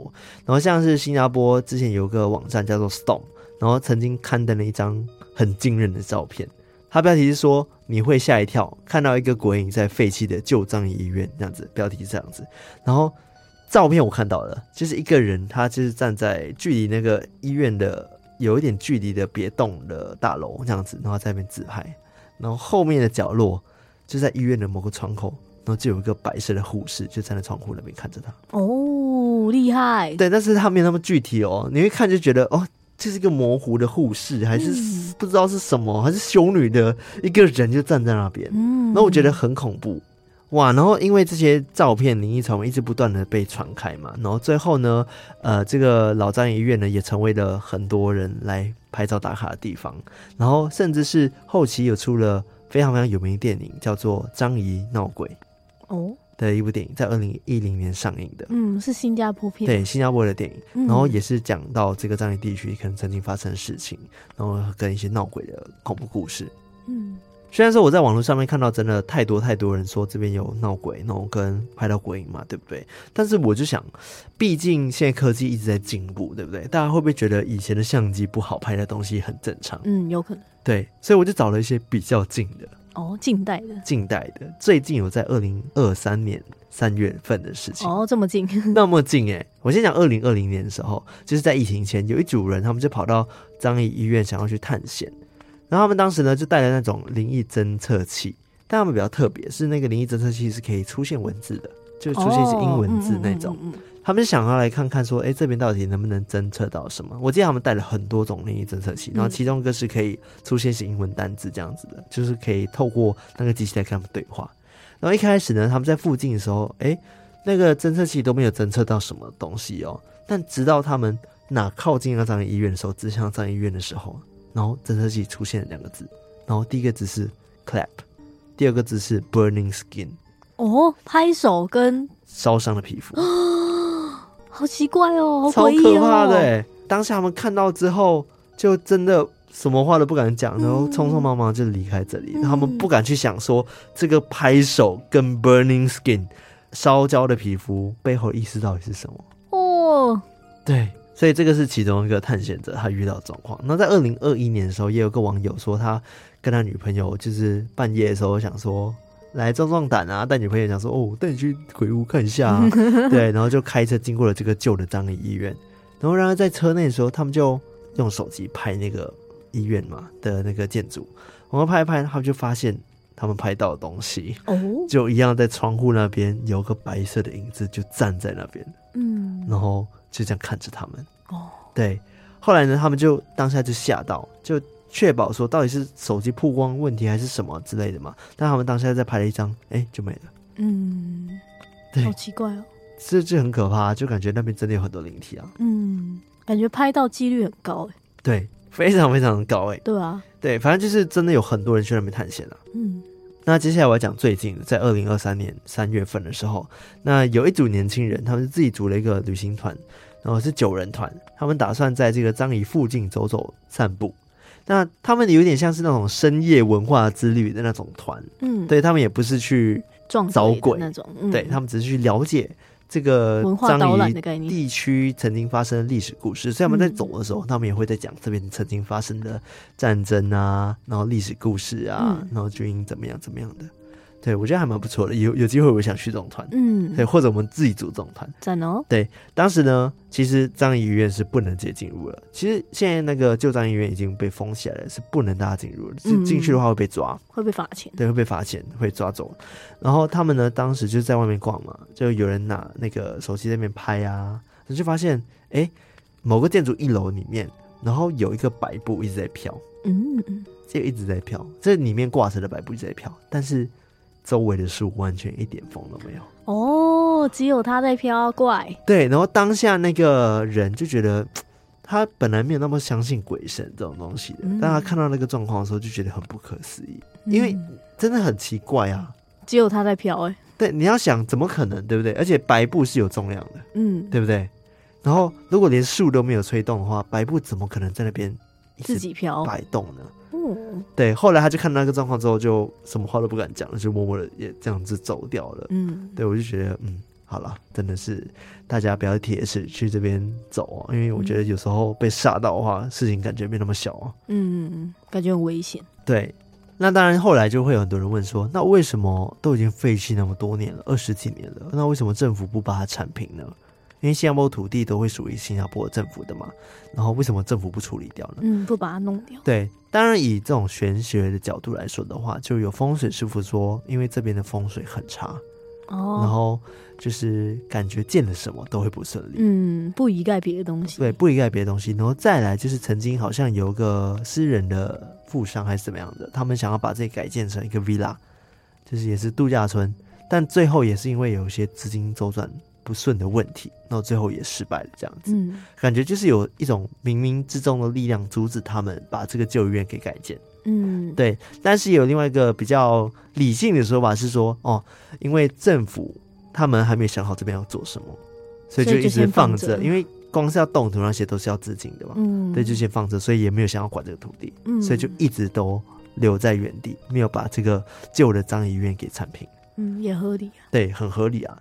[SPEAKER 2] 然后像是新加坡之前有个网站叫做 Storm，然后曾经刊登了一张很惊人的照片，它标题是说你会吓一跳，看到一个鬼影在废弃的旧葬仪医院这样子，标题是这样子。然后照片我看到了，就是一个人他就是站在距离那个医院的有一点距离的别栋的大楼这样子，然后在那边自拍，然后后面的角落就在医院的某个窗口，然后就有一个白色的护士就站在窗户那边看着他。
[SPEAKER 1] 哦，厉害，
[SPEAKER 2] 对，但是他没有那么具体哦，你一看就觉得哦，这是一个模糊的护士，还是
[SPEAKER 1] 嗯
[SPEAKER 2] 不知道是什么，还是修女的一个人就站在那边，
[SPEAKER 1] 嗯，
[SPEAKER 2] 那我觉得很恐怖。哇，然后因为这些照片灵异传闻一直不断的被传开嘛，然后最后呢，呃，这个老张医院呢也成为了很多人来拍照打卡的地方，然后甚至是后期有出了非常非常有名的电影叫做《张仪闹鬼》
[SPEAKER 1] 哦，
[SPEAKER 2] 的一部电影，在二零一零年上映的，
[SPEAKER 1] 嗯，是新加坡片，
[SPEAKER 2] 对，新加坡的电影。
[SPEAKER 1] 嗯，
[SPEAKER 2] 然后也是讲到这个藏语地区可能曾经发生的事情，然后跟一些闹鬼的恐怖故事。
[SPEAKER 1] 嗯
[SPEAKER 2] 虽然说我在网络上面看到真的太多太多人说这边有闹鬼，然后跟拍到鬼影嘛，对不对？但是我就想，毕竟现在科技一直在进步，对不对？大家会不会觉得以前的相机不好拍的东西很正常？
[SPEAKER 1] 嗯，有可能
[SPEAKER 2] 对，所以我就找了一些比较近的、
[SPEAKER 1] 哦，近代的
[SPEAKER 2] 近代的，最近有在二零二三年三月份的事情。
[SPEAKER 1] 哦，这么近， <laughs>
[SPEAKER 2] 那么近哎、我先讲二零二零年的时候，就是在疫情前，有一组人他们就跑到张仪医院想要去探险，然后他们当时呢就带了那种灵异侦测器，但他们比较特别，是那个灵异侦测器是可以出现文字的，就是出现一些英文字那种。
[SPEAKER 1] 哦嗯嗯嗯嗯
[SPEAKER 2] 他们想要来看看说，哎、这边到底能不能侦测到什么？我记得他们带了很多种灵异侦测器，然后其中一个是可以出现一些英文单字这样子的，就是可以透过那个机器来跟他们对话。然后一开始呢，他们在附近的时候，哎、那个侦测器都没有侦测到什么东西哦。但直到他们哪靠近那张医院的时候，指向张医院的时候，然后侦测器出现了两个字，然后第一个字是 clap，第二个字是 burning skin，
[SPEAKER 1] 哦，拍手跟
[SPEAKER 2] 烧伤的皮肤。哦
[SPEAKER 1] 好奇怪哦，好
[SPEAKER 2] 超
[SPEAKER 1] 诡异
[SPEAKER 2] 可
[SPEAKER 1] 哦，
[SPEAKER 2] 怕的、欸。当下他们看到之后，就真的什么话都不敢讲，然后匆匆忙忙就离开这里。
[SPEAKER 1] 嗯
[SPEAKER 2] 他们不敢去想说这个拍手跟 burning skin 烧焦的皮肤背后的意思到底是什么。
[SPEAKER 1] 哦，
[SPEAKER 2] 对，所以这个是其中一个探险者他遇到的状况。那在二零二一年的时候，也有个网友说，他跟他女朋友就是半夜的时候想说。来壮壮胆啊！带女朋友讲说哦，我带你去鬼屋看一下、啊，对，然后就开车经过了这个旧的张仪医院，然后然而在车内的时候，他们就用手机拍那个医院嘛的那个建筑，然后拍一拍，他们就发现他们拍到的东西，
[SPEAKER 1] 哦，
[SPEAKER 2] 就一样在窗户那边有个白色的影子就站在那边，
[SPEAKER 1] 嗯，
[SPEAKER 2] 然后就这样看着他们。
[SPEAKER 1] 哦，
[SPEAKER 2] 对，后来呢，他们就当下就吓到，就确保说到底是手机曝光问题还是什么之类的嘛。但他们当下再拍了一张，哎、就没了。
[SPEAKER 1] 嗯，
[SPEAKER 2] 对
[SPEAKER 1] 好奇怪哦，
[SPEAKER 2] 这就很可怕，啊就感觉那边真的有很多灵体啊。
[SPEAKER 1] 嗯，感觉拍到几率很高哎，
[SPEAKER 2] 对，非常非常高哎、
[SPEAKER 1] 对啊，
[SPEAKER 2] 对，反正就是真的有很多人去那边探险啊。
[SPEAKER 1] 嗯，
[SPEAKER 2] 那接下来我要讲最近，在二零二三年三月份的时候，那有一组年轻人，他们是自己组了一个旅行团，然后是九人团，他们打算在这个张仪附近走走散步。那他们有点像是那种深夜文化之旅的那种团，
[SPEAKER 1] 嗯，
[SPEAKER 2] 对他们也不是去，
[SPEAKER 1] 撞
[SPEAKER 2] 找
[SPEAKER 1] 鬼的
[SPEAKER 2] 鬼
[SPEAKER 1] 那种，嗯、
[SPEAKER 2] 对他们只是去了解这个
[SPEAKER 1] 文化导
[SPEAKER 2] 张
[SPEAKER 1] 览
[SPEAKER 2] 仪
[SPEAKER 1] 的概念，
[SPEAKER 2] 地区曾经发生的历史故事，所以他们在
[SPEAKER 1] 嗯
[SPEAKER 2] 走的时候，他们也会在讲这边曾经发生的战争啊，然后历史故事啊，
[SPEAKER 1] 嗯
[SPEAKER 2] 然后军营怎么样怎么样的。对我觉得还蛮不错的，有有机会我想去这种团，对，
[SPEAKER 1] 嗯，
[SPEAKER 2] 或者我们自己组这种团。
[SPEAKER 1] 赞哦，
[SPEAKER 2] 当时呢，其实张仪医院是不能直接进入了，其实现在那个旧张医院已经被封起来了，是不能大家进入的，进
[SPEAKER 1] 嗯
[SPEAKER 2] 进去的话会被抓。
[SPEAKER 1] 会被罚钱，
[SPEAKER 2] 对，会被罚钱，会抓走。然后他们呢，当时就在外面逛嘛，就有人拿那个手机在那边拍啊，你就发现，哎，某个建筑一楼里面，然后有一个白布一直在飘，
[SPEAKER 1] 嗯嗯，
[SPEAKER 2] 就一直在飘，这里面挂着的白布一直在飘，但是周围的树完全一点风都没有。
[SPEAKER 1] 哦，只有他在飘，怪，
[SPEAKER 2] 对，然后当下那个人就觉得。他本来没有那么相信鬼神这种东西的，
[SPEAKER 1] 嗯
[SPEAKER 2] 但他看到那个状况的时候，就觉得很不可思议，因为
[SPEAKER 1] 嗯
[SPEAKER 2] 真的很奇怪啊。
[SPEAKER 1] 只有他在飘，哎，
[SPEAKER 2] 对，你要想怎么可能，对不对？而且白布是有重量的，
[SPEAKER 1] 嗯，
[SPEAKER 2] 对不对？然后如果连树都没有吹动的话，白布怎么可能在那边一
[SPEAKER 1] 自
[SPEAKER 2] 直
[SPEAKER 1] 己飘，
[SPEAKER 2] 摆动呢？
[SPEAKER 1] 嗯
[SPEAKER 2] 对，后来他就看到那个状况之后，就什么话都不敢讲了，就默默的也这样子走掉了。
[SPEAKER 1] 嗯，
[SPEAKER 2] 对我就觉得，嗯，好了，真的是大家不要铁齿去这边走啊，因为我觉得有时候被吓到的话，事情感觉没那么小啊。
[SPEAKER 1] 嗯，感觉很危险，
[SPEAKER 2] 对，那当然后来就会有很多人问说，那为什么都已经废弃那么多年了，二十几年了，那为什么政府不把它铲平呢？因为新加坡土地都会属于新加坡政府的嘛，然后为什么政府不处理掉呢？
[SPEAKER 1] 嗯，不把它弄掉，
[SPEAKER 2] 对，当然以这种玄学的角度来说的话，就有风水师傅说，因为这边的风水很差，然
[SPEAKER 1] 哦，
[SPEAKER 2] 后就是感觉见了什么都会不顺利。
[SPEAKER 1] 嗯，不一概别的东西，
[SPEAKER 2] 对，不一概别的东西，然后再来就是曾经好像有个私人的富商还是怎么样的，他们想要把自己改建成一个 villa，就是也是度假村，但最后也是因为有一些资金周转不顺的问题，然后最后也失败了这样子，
[SPEAKER 1] 嗯
[SPEAKER 2] 感觉就是有一种冥冥之中的力量阻止他们把这个旧医院给改建。
[SPEAKER 1] 嗯，
[SPEAKER 2] 对但是有另外一个比较理性的说法是说，哦，因为政府他们还没想好这边要做什么，所以
[SPEAKER 1] 所
[SPEAKER 2] 就
[SPEAKER 1] 以就
[SPEAKER 2] 一直
[SPEAKER 1] 先放
[SPEAKER 2] 放
[SPEAKER 1] 着
[SPEAKER 2] 着，因为光是要动土那些都是要资金的嘛，
[SPEAKER 1] 嗯，
[SPEAKER 2] 对，就先放着，所以也没有想要管这个土地，
[SPEAKER 1] 嗯
[SPEAKER 2] 所以就一直都留在原地，没有把这个旧的脏医院给铲平。
[SPEAKER 1] 嗯，也合理啊。
[SPEAKER 2] 对，很合理啊。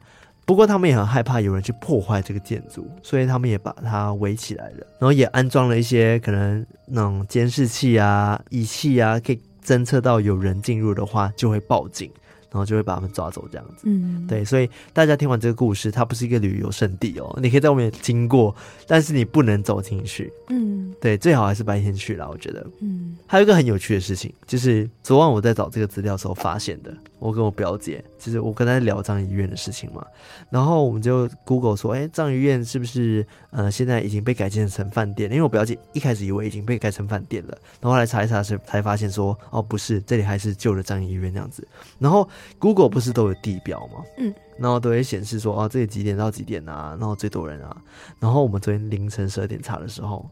[SPEAKER 2] 不过他们也很害怕有人去破坏这个建筑，所以他们也把它围起来了，然后也安装了一些可能那种监视器啊、仪器啊，可以侦测到有人进入的话就会报警，然后就会把他们抓走这样子。
[SPEAKER 1] 嗯，
[SPEAKER 2] 对，所以大家听完这个故事，它不是一个旅游胜地哦，你可以在外面经过，但是你不能走进去。
[SPEAKER 1] 嗯
[SPEAKER 2] 对，最好还是白天去啦，我觉得。
[SPEAKER 1] 嗯
[SPEAKER 2] 还有一个很有趣的事情，就是昨晚我在找这个资料的时候发现的。我跟我表姐，就是我跟她在聊藏医院的事情嘛，然后我们就 Google 说，哎、藏医院是不是呃现在已经被改建成饭店？因为我表姐一开始以为已经被改成饭店了，然后后来查一查是才发现说，哦不是，这里还是旧的藏医院那样子。然后 Google 不是都有地标吗？
[SPEAKER 1] 嗯。
[SPEAKER 2] 然后都会显示说，哦，这里几点到几点啊？然后最多人啊。然后我们昨天凌晨十二点查的时候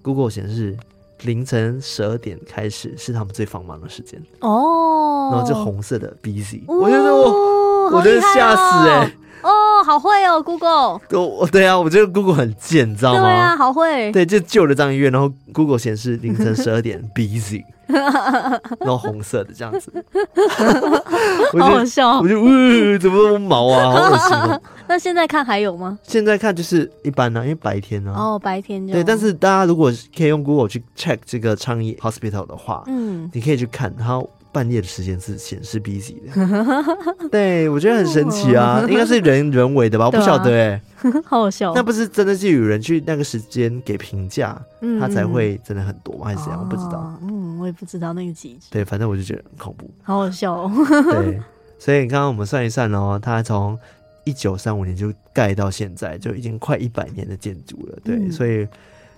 [SPEAKER 2] ，Google 显示凌晨十二点开始是他们最繁忙的时间，
[SPEAKER 1] 哦，
[SPEAKER 2] 然后就红色的 busy，、
[SPEAKER 1] 哇，
[SPEAKER 2] 我觉得我
[SPEAKER 1] 我
[SPEAKER 2] 我真的吓死哎、
[SPEAKER 1] 哎、哦，好会哦，Google，
[SPEAKER 2] 我我对啊，我觉得 Google 很贱，你知道
[SPEAKER 1] 对
[SPEAKER 2] 吗？
[SPEAKER 1] 啊，好会，
[SPEAKER 2] 对就旧的张医院，然后 Google 显示凌晨十二点
[SPEAKER 1] <laughs>
[SPEAKER 2] busy，然后红色的这样子，我
[SPEAKER 1] 好
[SPEAKER 2] 就
[SPEAKER 1] 好笑
[SPEAKER 2] 我。就呜，怎么那么毛啊，好恶心哦！
[SPEAKER 1] 那现在看还有吗？
[SPEAKER 2] 现在看就是一般呢、啊，因为白天呢、啊。
[SPEAKER 1] 哦，白天就
[SPEAKER 2] 对，但是大家如果可以用 Google 去 check 这个倡议 hospital 的话，
[SPEAKER 1] 嗯，
[SPEAKER 2] 你可以去看它半夜的时间是显示 busy 的。对，我觉得很神奇啊，应该是人人为的吧？我不
[SPEAKER 1] 哦对啊
[SPEAKER 2] 晓得哎、
[SPEAKER 1] 好好笑哦，
[SPEAKER 2] 那不是真的是有人去那个时间给评价，
[SPEAKER 1] 嗯
[SPEAKER 2] 它才会真的很多吗？还是怎样？我不知道。
[SPEAKER 1] 哦嗯，我也不知道那个几集，
[SPEAKER 2] 对，反正我就觉得很恐怖。
[SPEAKER 1] 好好笑哦。
[SPEAKER 2] 对，所以刚刚我们算一算哦，它从一九三五年就盖到现在，就已经快一百年的建筑了。对，
[SPEAKER 1] 嗯
[SPEAKER 2] 所以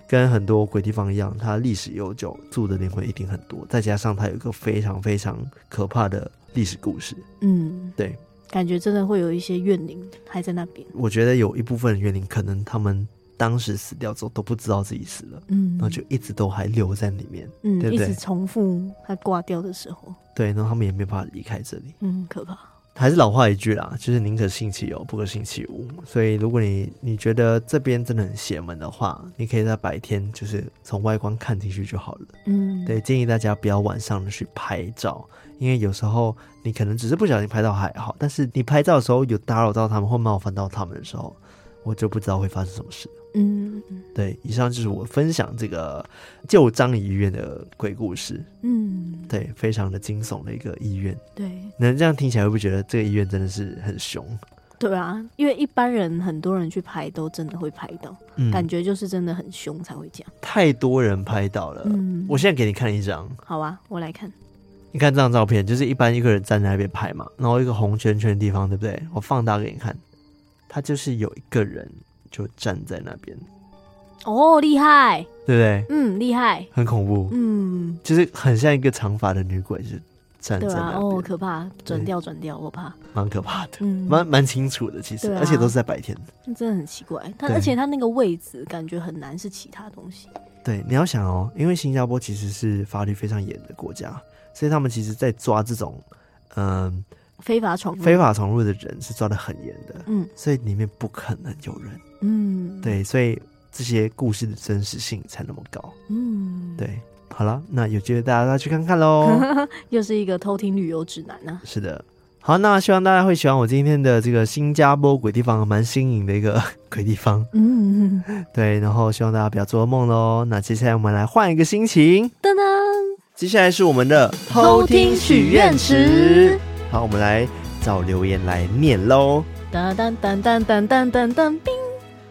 [SPEAKER 2] 跟很多鬼地方一样，它历史悠久，住的灵魂一定很多。再加上它有一个非常非常可怕的历史故事，
[SPEAKER 1] 嗯，
[SPEAKER 2] 对，
[SPEAKER 1] 感觉真的会有一些怨灵还在那边。
[SPEAKER 2] 我觉得有一部分的园林可能他们当时死掉之后都不知道自己死了，
[SPEAKER 1] 嗯，
[SPEAKER 2] 然后就一直都还留在里面。
[SPEAKER 1] 嗯
[SPEAKER 2] 对不
[SPEAKER 1] 一
[SPEAKER 2] 对
[SPEAKER 1] 直重复他挂掉的时候，
[SPEAKER 2] 对，然后他们也没办法离开这里。
[SPEAKER 1] 嗯，可怕。
[SPEAKER 2] 还是老话一句啦，就是宁可信其有，不可信其无。所以，如果你你觉得这边真的很邪门的话，你可以在白天就是从外观看进去就好了。
[SPEAKER 1] 嗯，
[SPEAKER 2] 对，建议大家不要晚上去拍照，因为有时候你可能只是不小心拍到还好，但是你拍照的时候有打扰到他们或冒犯到他们的时候，我就不知道会发生什么事。
[SPEAKER 1] 嗯，嗯
[SPEAKER 2] 对，以上就是我分享这个旧张医院的鬼故事，
[SPEAKER 1] 嗯，
[SPEAKER 2] 对，非常的惊悚的一个医院。
[SPEAKER 1] 对
[SPEAKER 2] 能这样听起来，会不会觉得这个医院真的是很凶？
[SPEAKER 1] 对啊，因为一般人很多人去拍都真的会拍到，
[SPEAKER 2] 嗯
[SPEAKER 1] 感觉就是真的很凶才会这样。
[SPEAKER 2] 太多人拍到了。
[SPEAKER 1] 嗯，
[SPEAKER 2] 呃我现在给你看一张，
[SPEAKER 1] 好啊，我来看。
[SPEAKER 2] 你看这张照片，就是一般一个人站在那边拍嘛，然后一个红圈圈的地方，对不对？我放大给你看，他就是有一个人就站在那边，
[SPEAKER 1] 哦，厉害，
[SPEAKER 2] 对不对？
[SPEAKER 1] 嗯，厉害，
[SPEAKER 2] 很恐怖，
[SPEAKER 1] 嗯，
[SPEAKER 2] 就是很像一个长发的女鬼，就是站在
[SPEAKER 1] 对啊，
[SPEAKER 2] 那
[SPEAKER 1] 哦，
[SPEAKER 2] 边，
[SPEAKER 1] 可怕，转掉转掉，我怕。
[SPEAKER 2] 蛮、可怕的，
[SPEAKER 1] 嗯，
[SPEAKER 2] 蛮蛮清楚的，其实，
[SPEAKER 1] 对啊
[SPEAKER 2] 而且都是在白天。
[SPEAKER 1] 那真的很奇怪。它
[SPEAKER 2] 对
[SPEAKER 1] 而且它那个位置感觉很难是其他东西。
[SPEAKER 2] 对，你要想哦，因为新加坡其实是法律非常严的国家，所以他们其实在抓这种嗯、
[SPEAKER 1] 非法闯入，
[SPEAKER 2] 非法闯入的人是抓的很严的。
[SPEAKER 1] 嗯
[SPEAKER 2] 所以里面不可能有人。
[SPEAKER 1] 嗯，，
[SPEAKER 2] 对，所以这些故事的真实性才那么高。
[SPEAKER 1] 嗯，，
[SPEAKER 2] 对，好了，那有机会大家都要去看看喽。
[SPEAKER 1] <laughs> 又是一个偷听旅游指南啊。
[SPEAKER 2] 是的。好，那希望大家会喜欢我今天的这个新加坡鬼地方，蛮新颖的一个 <laughs> 鬼地方。
[SPEAKER 1] 嗯，
[SPEAKER 2] 对，然后希望大家不要做噩梦喽。那接下来我们来换一个心情，
[SPEAKER 1] 噔噔，
[SPEAKER 2] 接下来是我们的
[SPEAKER 1] 偷听许愿池。
[SPEAKER 2] 好，我们来找留言来念喽。
[SPEAKER 1] 噔噔噔噔噔噔噔噔，冰。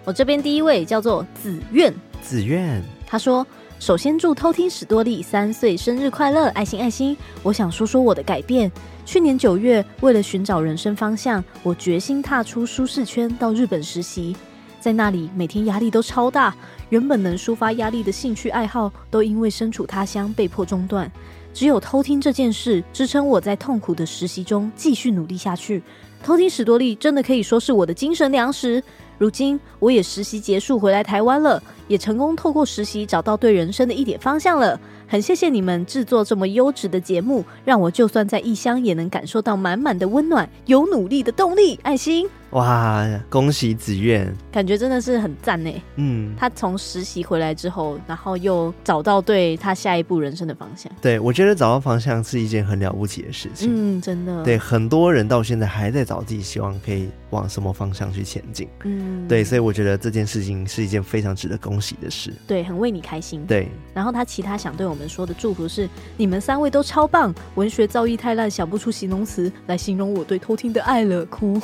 [SPEAKER 1] 我这边第一位叫做子苑，
[SPEAKER 2] 子愿，
[SPEAKER 1] 他说：“首先祝偷听史多利三岁生日快乐，爱心爱心！我想说说我的改变。去年九月，为了寻找人生方向，我决心踏出舒适圈，到日本实习。在那里，每天压力都超大，原本能抒发压力的兴趣爱好，都因为身处他乡被迫中断。只有偷听这件事支撑我在痛苦的实习中继续努力下去。偷听史多利真的可以说是我的精神粮食。如今我也实习结束回来台湾了，也成功透过实习找到对人生的一点方向了。很谢谢你们制作这么优质的节目，让我就算在异乡也能感受到满满的温暖，有努力的动力，爱心。
[SPEAKER 2] 哇，恭喜子苑，
[SPEAKER 1] 感觉真的是很赞呢。
[SPEAKER 2] 嗯，
[SPEAKER 1] 他从实习回来之后，然后又找到对他下一步人生的方向。
[SPEAKER 2] 对我觉得找到方向是一件很了不起的事情。
[SPEAKER 1] 嗯，真的。，
[SPEAKER 2] 对，很多人到现在还在找自己希望可以往什么方向去前进。
[SPEAKER 1] 嗯，
[SPEAKER 2] 对，所以我觉得这件事情是一件非常值得恭喜的事。
[SPEAKER 1] 对，很为你开心。 <laughs>
[SPEAKER 2] 对，
[SPEAKER 1] 然后他其他想对我们说的祝福是：你们三位都超棒，文学造诣太烂，想不出形容词来形容我对偷听的爱了。
[SPEAKER 2] <laughs>
[SPEAKER 1] 哭，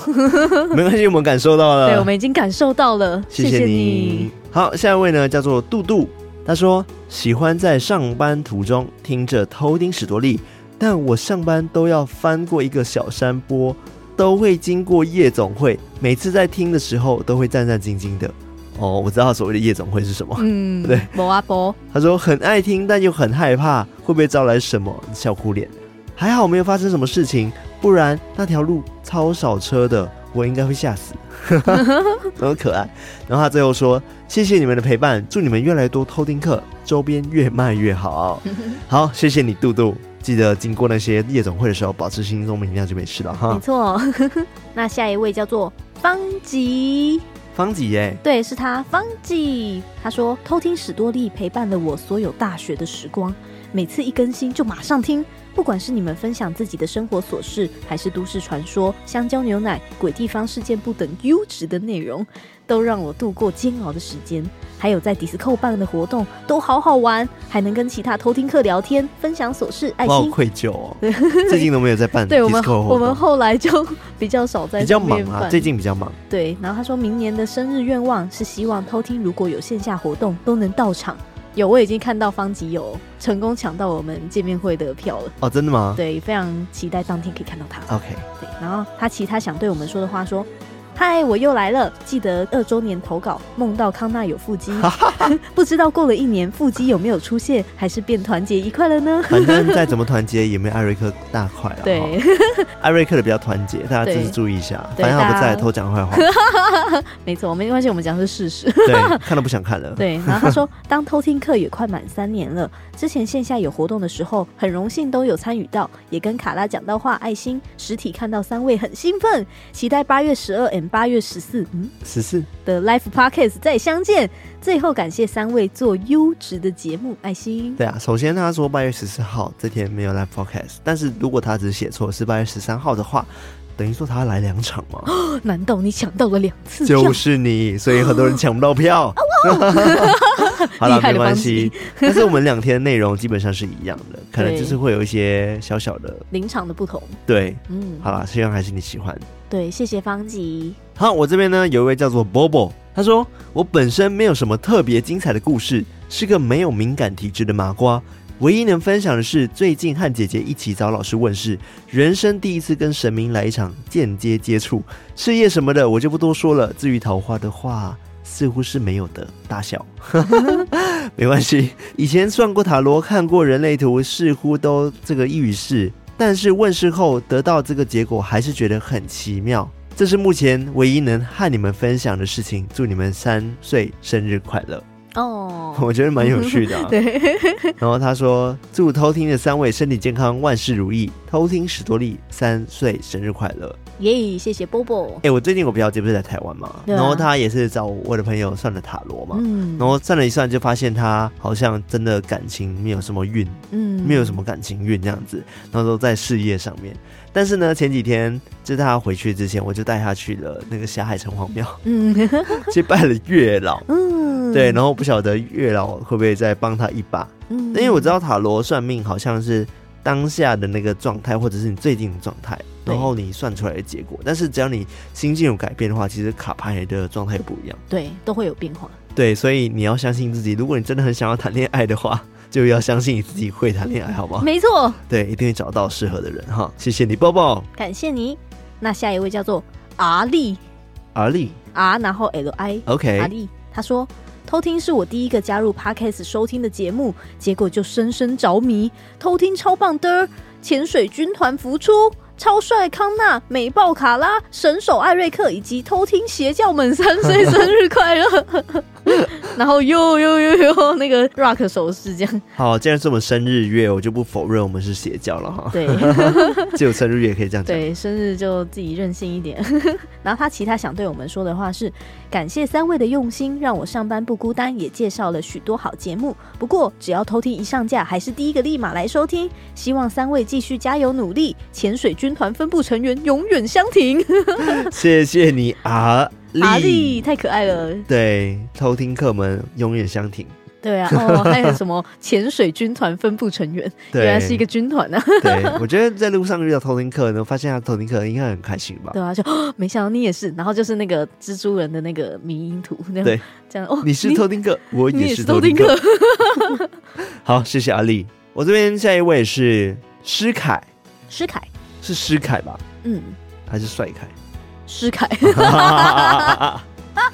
[SPEAKER 2] 没关系，我们感受到了。
[SPEAKER 1] 对我们已经感受到了，
[SPEAKER 2] 嗯谢谢你。好，下一位呢叫做杜杜，他说喜欢在上班途中听着偷听史多利，但我上班都要翻过一个小山坡，都会经过夜总会，每次在听的时候都会战战兢兢的。哦，我知道所谓的夜总会是什么。
[SPEAKER 1] 嗯，
[SPEAKER 2] 对，
[SPEAKER 1] 博啊博，
[SPEAKER 2] 他说很爱听，但又很害怕会不会招来什么笑哭脸。还好没有发生什么事情，不然那条路超少车的，我应该会吓死。 <laughs> 那么可爱。然后他最后说：“谢谢你们的陪伴，祝你们越来越多偷听课，周边越卖越好。”好，谢谢你，杜杜。记得经过那些夜总会的时候，保持心中明亮就没事了
[SPEAKER 1] 没
[SPEAKER 2] 哈。
[SPEAKER 1] 错。哦 <laughs> 那下一位叫做方吉，
[SPEAKER 2] 方姐耶，
[SPEAKER 1] 对，是他方吉。他说：“偷听史多利陪伴了我所有大学的时光，每次一更新就马上听。不管是你们分享自己的生活琐事，还是都市传说、香蕉牛奶、鬼地方事件簿等优质的内容，都让我度过煎熬的时间。还有在迪斯科办的活动都好好玩，还能跟其他偷听客聊天，分享琐事，爱
[SPEAKER 2] 我好
[SPEAKER 1] 心。”
[SPEAKER 2] 愧疚哦，最近都没有在办 disco
[SPEAKER 1] <laughs> 对我们，我
[SPEAKER 2] 活
[SPEAKER 1] 们
[SPEAKER 2] 动，
[SPEAKER 1] 后来就比较少在
[SPEAKER 2] 比较
[SPEAKER 1] 上
[SPEAKER 2] 忙
[SPEAKER 1] 面
[SPEAKER 2] 啊，
[SPEAKER 1] 办
[SPEAKER 2] 最近比较忙。
[SPEAKER 1] 对，然后他说明年的生日愿望是希望偷听如果有线下活动都能到场。有，我已经看到方吉有成功抢到我们见面会的票了。
[SPEAKER 2] 哦，真的吗？
[SPEAKER 1] 对，非常期待当天可以看到他。
[SPEAKER 2] OK，
[SPEAKER 1] 对，然后他其他想对我们说的话说：“嗨，我又来了，记得二周年投稿，梦到康纳有腹肌， <laughs> 不知道过了一年腹肌有没有出现，还是变团结一块了呢
[SPEAKER 2] 反正再怎么团结也没艾瑞克大块了。？”
[SPEAKER 1] 对，
[SPEAKER 2] 艾瑞克的比较团结，大家
[SPEAKER 1] 对
[SPEAKER 2] 就是注意一下，
[SPEAKER 1] 对
[SPEAKER 2] 反正他不
[SPEAKER 1] 大
[SPEAKER 2] 在
[SPEAKER 1] 家
[SPEAKER 2] 偷讲坏话，
[SPEAKER 1] 没错，没关系，我们讲的是事实。
[SPEAKER 2] <laughs> 对，看都不想看了。
[SPEAKER 1] 对，然后他
[SPEAKER 2] <laughs>
[SPEAKER 1] 说，当偷听课也快满三年了，之前线下有活动的时候，很荣幸都有参与到，也跟卡拉讲到话，爱心实体看到三位很兴奋，期待八月十二 and 八月十四，嗯
[SPEAKER 2] 十四，
[SPEAKER 1] 的 Life Podcast 再相见。最后感谢三位做优质的节目，爱心。
[SPEAKER 2] 对啊，首先他说八月十四号这天没有 live podcast，但是如果他只写错是八月十三号的话，等于说他来两场
[SPEAKER 1] <gasps>
[SPEAKER 2] 嘛，
[SPEAKER 1] 难道你抢到了两次票？
[SPEAKER 2] 就是你，所以很多人抢不到
[SPEAKER 1] <laughs>
[SPEAKER 2] 票。 <laughs> 好了
[SPEAKER 1] 哦厉，害
[SPEAKER 2] 没
[SPEAKER 1] 的
[SPEAKER 2] 关
[SPEAKER 1] 方
[SPEAKER 2] 系
[SPEAKER 1] 式，
[SPEAKER 2] 但是我们两天内容基本上是一样的，可能就是会有一些小小的
[SPEAKER 1] 临场的不同，
[SPEAKER 2] 对。
[SPEAKER 1] 嗯，
[SPEAKER 2] 好啦，希望还是你喜欢。
[SPEAKER 1] 对，谢谢方吉。
[SPEAKER 2] 好，我这边呢有一位叫做 Bobo，他说我本身没有什么特别精彩的故事，是个没有敏感体质的麻瓜。唯一能分享的是，最近和姐姐一起找老师问事，人生第一次跟神明来一场间接接触，事业什么的我就不多说了。至于桃花的话，似乎是没有的，大小没关系。以前算过塔罗，看过人类图，似乎都这个一语是，但是问世后得到这个结果，还是觉得很奇妙。这是目前唯一能和你们分享的事情。祝你们三岁生日快乐！
[SPEAKER 1] 哦，
[SPEAKER 2] <laughs> 我觉得蛮有趣的、啊。
[SPEAKER 1] <laughs> 对，
[SPEAKER 2] 然后他说：“祝偷听的三位身体健康，万事如意。偷听史多利三岁生日快乐！”
[SPEAKER 1] 耶，谢谢 Bobo
[SPEAKER 2] 哎、。我最近我表姐不是在台湾嘛，
[SPEAKER 1] 对啊
[SPEAKER 2] 然后她也是找我的朋友算了塔罗嘛， <laughs>
[SPEAKER 1] 嗯
[SPEAKER 2] 然后算了一算，就发现她好像真的感情没有什么运，
[SPEAKER 1] 嗯
[SPEAKER 2] 没有什么感情运这样子，然后都在事业上面。但是呢，前几天就是她回去之前，我就带她去了那个霞海城隍庙 <laughs>
[SPEAKER 1] 嗯 <laughs>
[SPEAKER 2] 去拜了月老。
[SPEAKER 1] 嗯，
[SPEAKER 2] 对，然后不晓得月老会不会再帮她一把，
[SPEAKER 1] 嗯，因
[SPEAKER 2] 因为我知道塔罗算命好像是当下的那个状态，或者是你最近的状态，
[SPEAKER 1] 对
[SPEAKER 2] 然后你算出来的结果。但是只要你心境有改变的话，其实卡牌的状态也不一样。
[SPEAKER 1] 对都会有变化。
[SPEAKER 2] 对，所以你要相信自己。如果你真的很想要谈恋爱的话，就要相信你自己会谈恋爱，好不好？
[SPEAKER 1] 没错，
[SPEAKER 2] 对，一定会找到适合的人哈。谢谢你，抱抱。
[SPEAKER 1] 感谢你。那下一位叫做阿丽
[SPEAKER 2] 而力
[SPEAKER 1] R，然后 L I 阿
[SPEAKER 2] ，OK，
[SPEAKER 1] 丽，他说。偷听是我第一个加入 Podcast 收听的节目，结果就深深着迷。偷听超棒的，潜水军团浮出，超帅康纳、美爆卡拉、神手艾瑞克以及偷听邪教们三岁生日快乐！然后又又又又那个 rock 手势这样，
[SPEAKER 2] 好，既然是我们生日月，我就不否认我们是邪教了哈。
[SPEAKER 1] 对
[SPEAKER 2] 只有生日月可以这样讲。
[SPEAKER 1] 对，生日就自己任性一点。 <laughs> 然后他其他想对我们说的话是：感谢三位的用心，让我上班不孤单，也介绍了许多好节目。不过只要偷听一上架，还是第一个立马来收听。希望三位继续加油努力，潜水军团分部成员永远相
[SPEAKER 2] <laughs>
[SPEAKER 1] 挺。
[SPEAKER 2] 谢谢你，阿丽。
[SPEAKER 1] 阿力太可爱了，
[SPEAKER 2] 对，偷听客们永远相挺。
[SPEAKER 1] <laughs>
[SPEAKER 2] <laughs>
[SPEAKER 1] 对啊，哦，还有什么潜水军团分部成员，
[SPEAKER 2] 对，
[SPEAKER 1] 原来是一个军团啊。 <laughs>
[SPEAKER 2] 对，我觉得在路上遇到偷听客，能发现他偷听客应该很开
[SPEAKER 1] <laughs>
[SPEAKER 2] 心吧？
[SPEAKER 1] 对啊，就哦没想到你也是，然后就是那个蜘蛛人的那个迷因图，那样
[SPEAKER 2] 对
[SPEAKER 1] 这样哦，
[SPEAKER 2] 你是偷听客，我
[SPEAKER 1] 你也
[SPEAKER 2] 是
[SPEAKER 1] 是
[SPEAKER 2] 偷
[SPEAKER 1] 偷
[SPEAKER 2] 听
[SPEAKER 1] 听
[SPEAKER 2] 客。
[SPEAKER 1] 客，
[SPEAKER 2] 好，谢谢阿丽。我这边下一位是施凯，
[SPEAKER 1] 施凯，
[SPEAKER 2] 是施凯吧？
[SPEAKER 1] 嗯，
[SPEAKER 2] 还是帅凯？<laughs>
[SPEAKER 1] 施凯，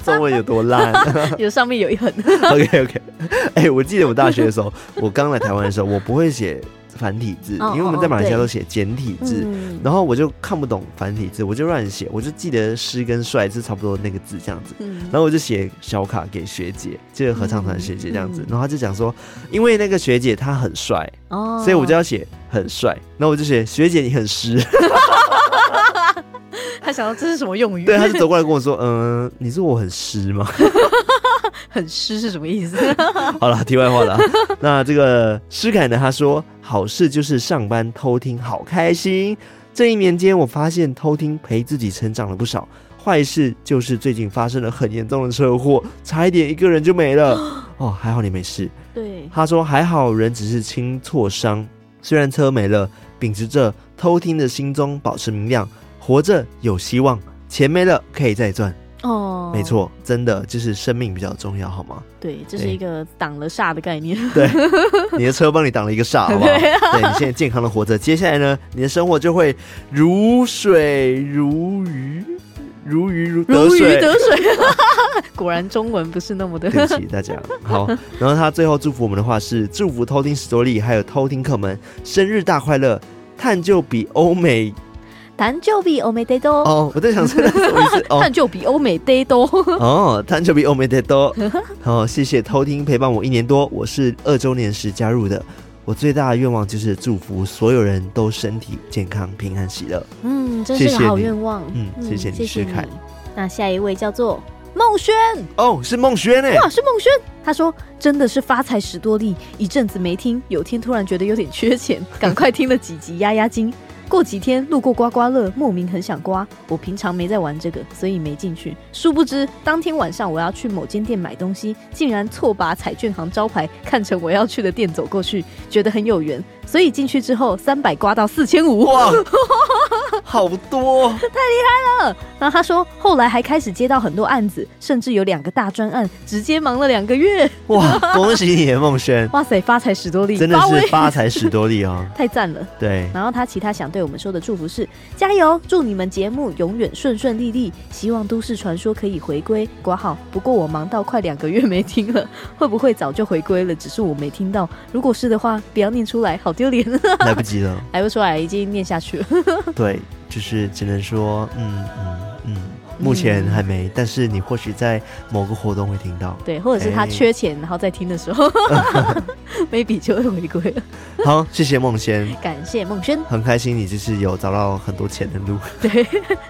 [SPEAKER 2] 中文有多烂 <laughs>
[SPEAKER 1] 有上面有一横，
[SPEAKER 2] ？OK OK，哎、我记得我大学的时候，我刚来台湾的时候，我不会写繁体字，
[SPEAKER 1] 哦
[SPEAKER 2] 因为我们在马来西亚
[SPEAKER 1] 哦哦
[SPEAKER 2] 都写简体字。
[SPEAKER 1] 嗯
[SPEAKER 2] 然后我就看不懂繁体字，我就乱写，我就记得“诗”跟“帅”是差不多那个字这样子。
[SPEAKER 1] 嗯
[SPEAKER 2] 然后我就写小卡给学姐，就是合唱团学姐这样子。
[SPEAKER 1] 嗯嗯
[SPEAKER 2] 然后她就讲说，因为那个学姐她很帅，
[SPEAKER 1] 哦
[SPEAKER 2] 所以我就要写很帅。然后我就写学姐你很湿。
[SPEAKER 1] 他想到这是什么用
[SPEAKER 2] <laughs>
[SPEAKER 1] 语？
[SPEAKER 2] 对，
[SPEAKER 1] <laughs>
[SPEAKER 2] 她就走过来跟我说，嗯、你说我很湿吗？
[SPEAKER 1] 很湿是什么意思？
[SPEAKER 2] 好了，题外话了啊。 <laughs> 那这个诗凯呢，他说好事就是上班偷听，好开心。这一年间，我发现偷听陪自己成长了不少。坏事就是最近发生了很严重的车祸，差一点一个人就没了。哦，还好你没事。
[SPEAKER 1] 对，
[SPEAKER 2] 他说还好人只是轻挫伤，虽然车没了，秉持着偷听的心中保持明亮，活着有希望。钱没了可以再赚，
[SPEAKER 1] 哦，
[SPEAKER 2] 没，错，真的就是生命比较重要，好吗？
[SPEAKER 1] 对，这是
[SPEAKER 2] 对
[SPEAKER 1] 一个挡了煞的概念。
[SPEAKER 2] 对，你的车帮你挡了一个煞，好不好？<laughs>
[SPEAKER 1] <laughs>
[SPEAKER 2] 对,、你现在健康的活着，接下来呢，你的生活就会如水如鱼，如鱼如得
[SPEAKER 1] 如鱼
[SPEAKER 2] 水。
[SPEAKER 1] 得
[SPEAKER 2] <laughs>
[SPEAKER 1] 水，果然中文不是那么的。
[SPEAKER 2] 对不起大家， <laughs> 好。然后他最后祝福我们的话是：祝福偷听史多利还有偷听客们生日大快乐，探究比欧美
[SPEAKER 1] 弹就比欧美得多，
[SPEAKER 2] 哦，我在想这是什么意 <laughs> 思哦
[SPEAKER 1] 弹就比欧美得多。
[SPEAKER 2] 哦，探究比欧美得 <laughs> 多。好，谢谢偷听陪伴我一年多，我是二周年时加入的。我最大的愿望就是祝福所有人都身体健康、平安、喜乐。
[SPEAKER 1] 嗯，真是
[SPEAKER 2] 谢
[SPEAKER 1] 个
[SPEAKER 2] 谢
[SPEAKER 1] 好
[SPEAKER 2] 你
[SPEAKER 1] 愿望。
[SPEAKER 2] 嗯谢谢你薛凯
[SPEAKER 1] 你那下一位叫做孟轩，
[SPEAKER 2] 哦，是孟轩哎，
[SPEAKER 1] 哇，是孟轩。他说：“真的是发财史多利，一阵子没听，有天突然觉得有点
[SPEAKER 2] <laughs>
[SPEAKER 1] 缺钱，赶快听了几集压压惊。过几天路过刮刮乐，莫名很想刮。我平常没在玩这个，所以没进去。殊不知当天晚上我要去某间店买东西，竟然错把彩券行招牌看成我要去的店走过去，觉得很有缘，所以进去之后三百刮到四千五。
[SPEAKER 2] 哇，好多
[SPEAKER 1] 然后他说，后来还开始接到很多案子，甚至有两个大专案，直接忙了两个月。 <laughs>
[SPEAKER 2] 哇！恭喜你，孟轩，
[SPEAKER 1] 哇塞，发财史多利，
[SPEAKER 2] 真的
[SPEAKER 1] 发威
[SPEAKER 2] 是发财史多利哦。
[SPEAKER 1] <laughs> 太赞了。
[SPEAKER 2] 对，
[SPEAKER 1] 然后他其他想对我们说的祝福是：加油，祝你们节目永远顺顺利利，希望都市传说可以回归。挂号，不过我忙到快两个月没听了，会不会早就回归了？只是我没听到。如果是的话，不要念出来，好丢脸。 <laughs>
[SPEAKER 2] 来不及了。
[SPEAKER 1] 来不出来，已经念下去了。
[SPEAKER 2] 对，就是只能说，嗯嗯嗯，目前还没，但是你或许在某个活动会听到。
[SPEAKER 1] 对，或者是他缺钱，然后在听的时候 <laughs> ，maybe 就会回归了。
[SPEAKER 2] 好，谢谢孟轩，
[SPEAKER 1] 感谢孟轩，
[SPEAKER 2] 很开心你就是有找到很多钱的路。
[SPEAKER 1] 对，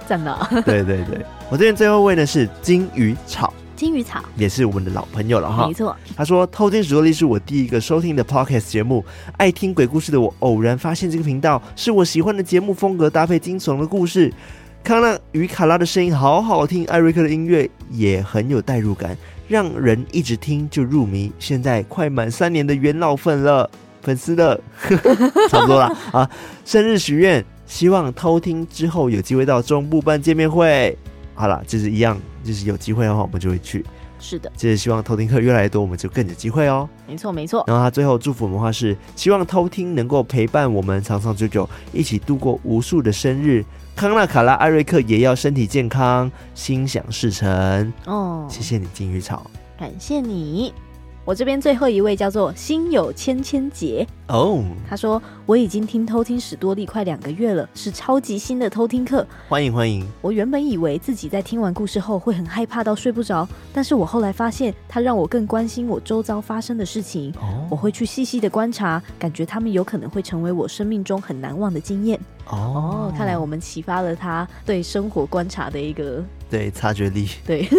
[SPEAKER 1] 赞了。
[SPEAKER 2] 对对对，我这边最后一位呢是金鱼草，
[SPEAKER 1] 金鱼草，
[SPEAKER 2] 也是我们的老朋友了哈
[SPEAKER 1] 没。错，
[SPEAKER 2] 他说：“偷听史多利是我第一个收听的 podcast 节目，爱听鬼故事的我偶然发现这个频道，是我喜欢的节目风格搭配惊悚的故事。康纳与卡拉的声音好好听，艾瑞克的音乐也很有代入感，让人一直听就入迷。现在快满三年的元老粉了，粉丝了， <laughs> 差不多了啊！生日许愿，希望偷听之后有机会到中部办见面会。好了，就是一样，就是有机会的话我们就会去。”
[SPEAKER 1] 是的，
[SPEAKER 2] 就是希望偷听客越来越多，我们就更有机会哦。
[SPEAKER 1] 没错，没错。
[SPEAKER 2] 然后他最后祝福我们的话是：希望偷听能够陪伴我们长长久久，一起度过无数的生日。康纳、卡拉、艾瑞克也要身体健康，心想事成。
[SPEAKER 1] 哦，
[SPEAKER 2] 谢谢你，金鱼草。
[SPEAKER 1] 感谢你。我这边最后一位叫做心有千千结，
[SPEAKER 2] 哦，
[SPEAKER 1] 他说：“我已经听偷听史多利快两个月了，是超级新的偷听课。
[SPEAKER 2] 欢迎欢迎，
[SPEAKER 1] 我原本以为自己在听完故事后会很害怕到睡不着，但是我后来发现，它让我更关心我周遭发生的事情。我
[SPEAKER 2] 哦
[SPEAKER 1] 会去细细的观察，感觉他们有可能会成为我生命中很难忘的经验。哦
[SPEAKER 2] 哦，
[SPEAKER 1] 看来我们启发了他对生活观察的一个
[SPEAKER 2] 对察觉力，
[SPEAKER 1] 对，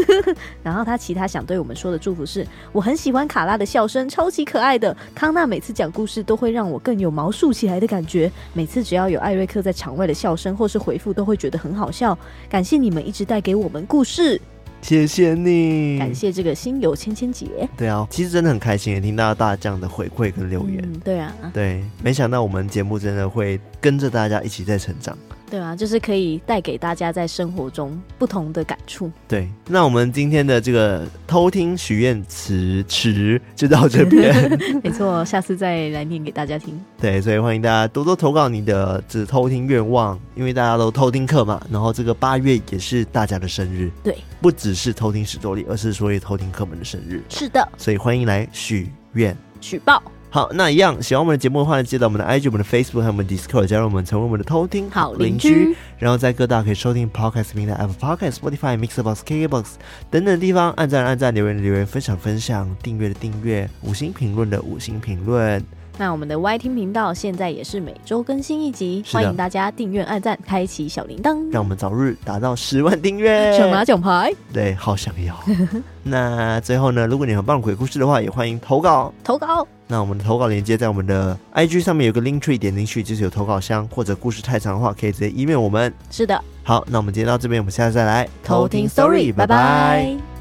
[SPEAKER 1] 然后他其他想对我们说的祝福是：我很喜欢卡拉的笑声，超级可爱的。康纳每次讲故事都会让我更有毛竖起来的感觉。每次只要有艾瑞克在场外的笑声或是回复，都会觉得很好笑。感谢你们一直带给我们故事，
[SPEAKER 2] 谢谢你，
[SPEAKER 1] 感。谢这个心有千千姐。
[SPEAKER 2] 对啊，其实真的很开心，听到大家这样的回馈跟留言。
[SPEAKER 1] 嗯，对啊，
[SPEAKER 2] 对，没想到我们节目真的会跟着大家一起在成长。
[SPEAKER 1] 对啊，就是可以带给大家在生活中不同的感 <laughs> 触。
[SPEAKER 2] 对，那我们今天的这个偷听许愿池池就到这边。 <laughs>
[SPEAKER 1] 没错，下次再来念给大家听。
[SPEAKER 2] 对，所以欢迎大家多多投稿你的只偷听愿望，因为大家都偷听课嘛。然后这个八月也是大家的生日，
[SPEAKER 1] 对，
[SPEAKER 2] 不只是偷听史多利，而是所有偷听课们的生日，
[SPEAKER 1] 是的，
[SPEAKER 2] 所以欢迎来许愿。
[SPEAKER 1] 举报
[SPEAKER 2] 好，那一样喜欢我们的节目的话呢，记得我们的 IG、我们的 Facebook 还有我们的 Discord 加入我们，成为我们的偷听
[SPEAKER 1] 好邻居，
[SPEAKER 2] 然后在各大可以收听 Podcast 平台 Apple Podcast、Spotify、Mixbox、KKbox 等等地方按赞、按赞、留言、留言、分享、分享、订阅的订阅、五星评论的五星评论。
[SPEAKER 1] 那我们的 Y 听频道现在也是每周更新一集，
[SPEAKER 2] 是的
[SPEAKER 1] 欢迎大家订阅、按赞、开启小铃铛。
[SPEAKER 2] 让我们早日达到十万订阅。
[SPEAKER 1] 手拿奖牌，
[SPEAKER 2] 对，好想要。 <laughs> 那最后呢，如果你很棒鬼故事的话，也欢迎投稿。
[SPEAKER 1] 投稿
[SPEAKER 2] 那我们的投稿链接在我们的 IG 上面有个 link tree，点进去就是有投稿箱，或者故事太长的话，可以直接 email 我们。
[SPEAKER 1] 是的，
[SPEAKER 2] 好，那我们今天到这边，我们下次再来
[SPEAKER 1] 偷听 story，拜拜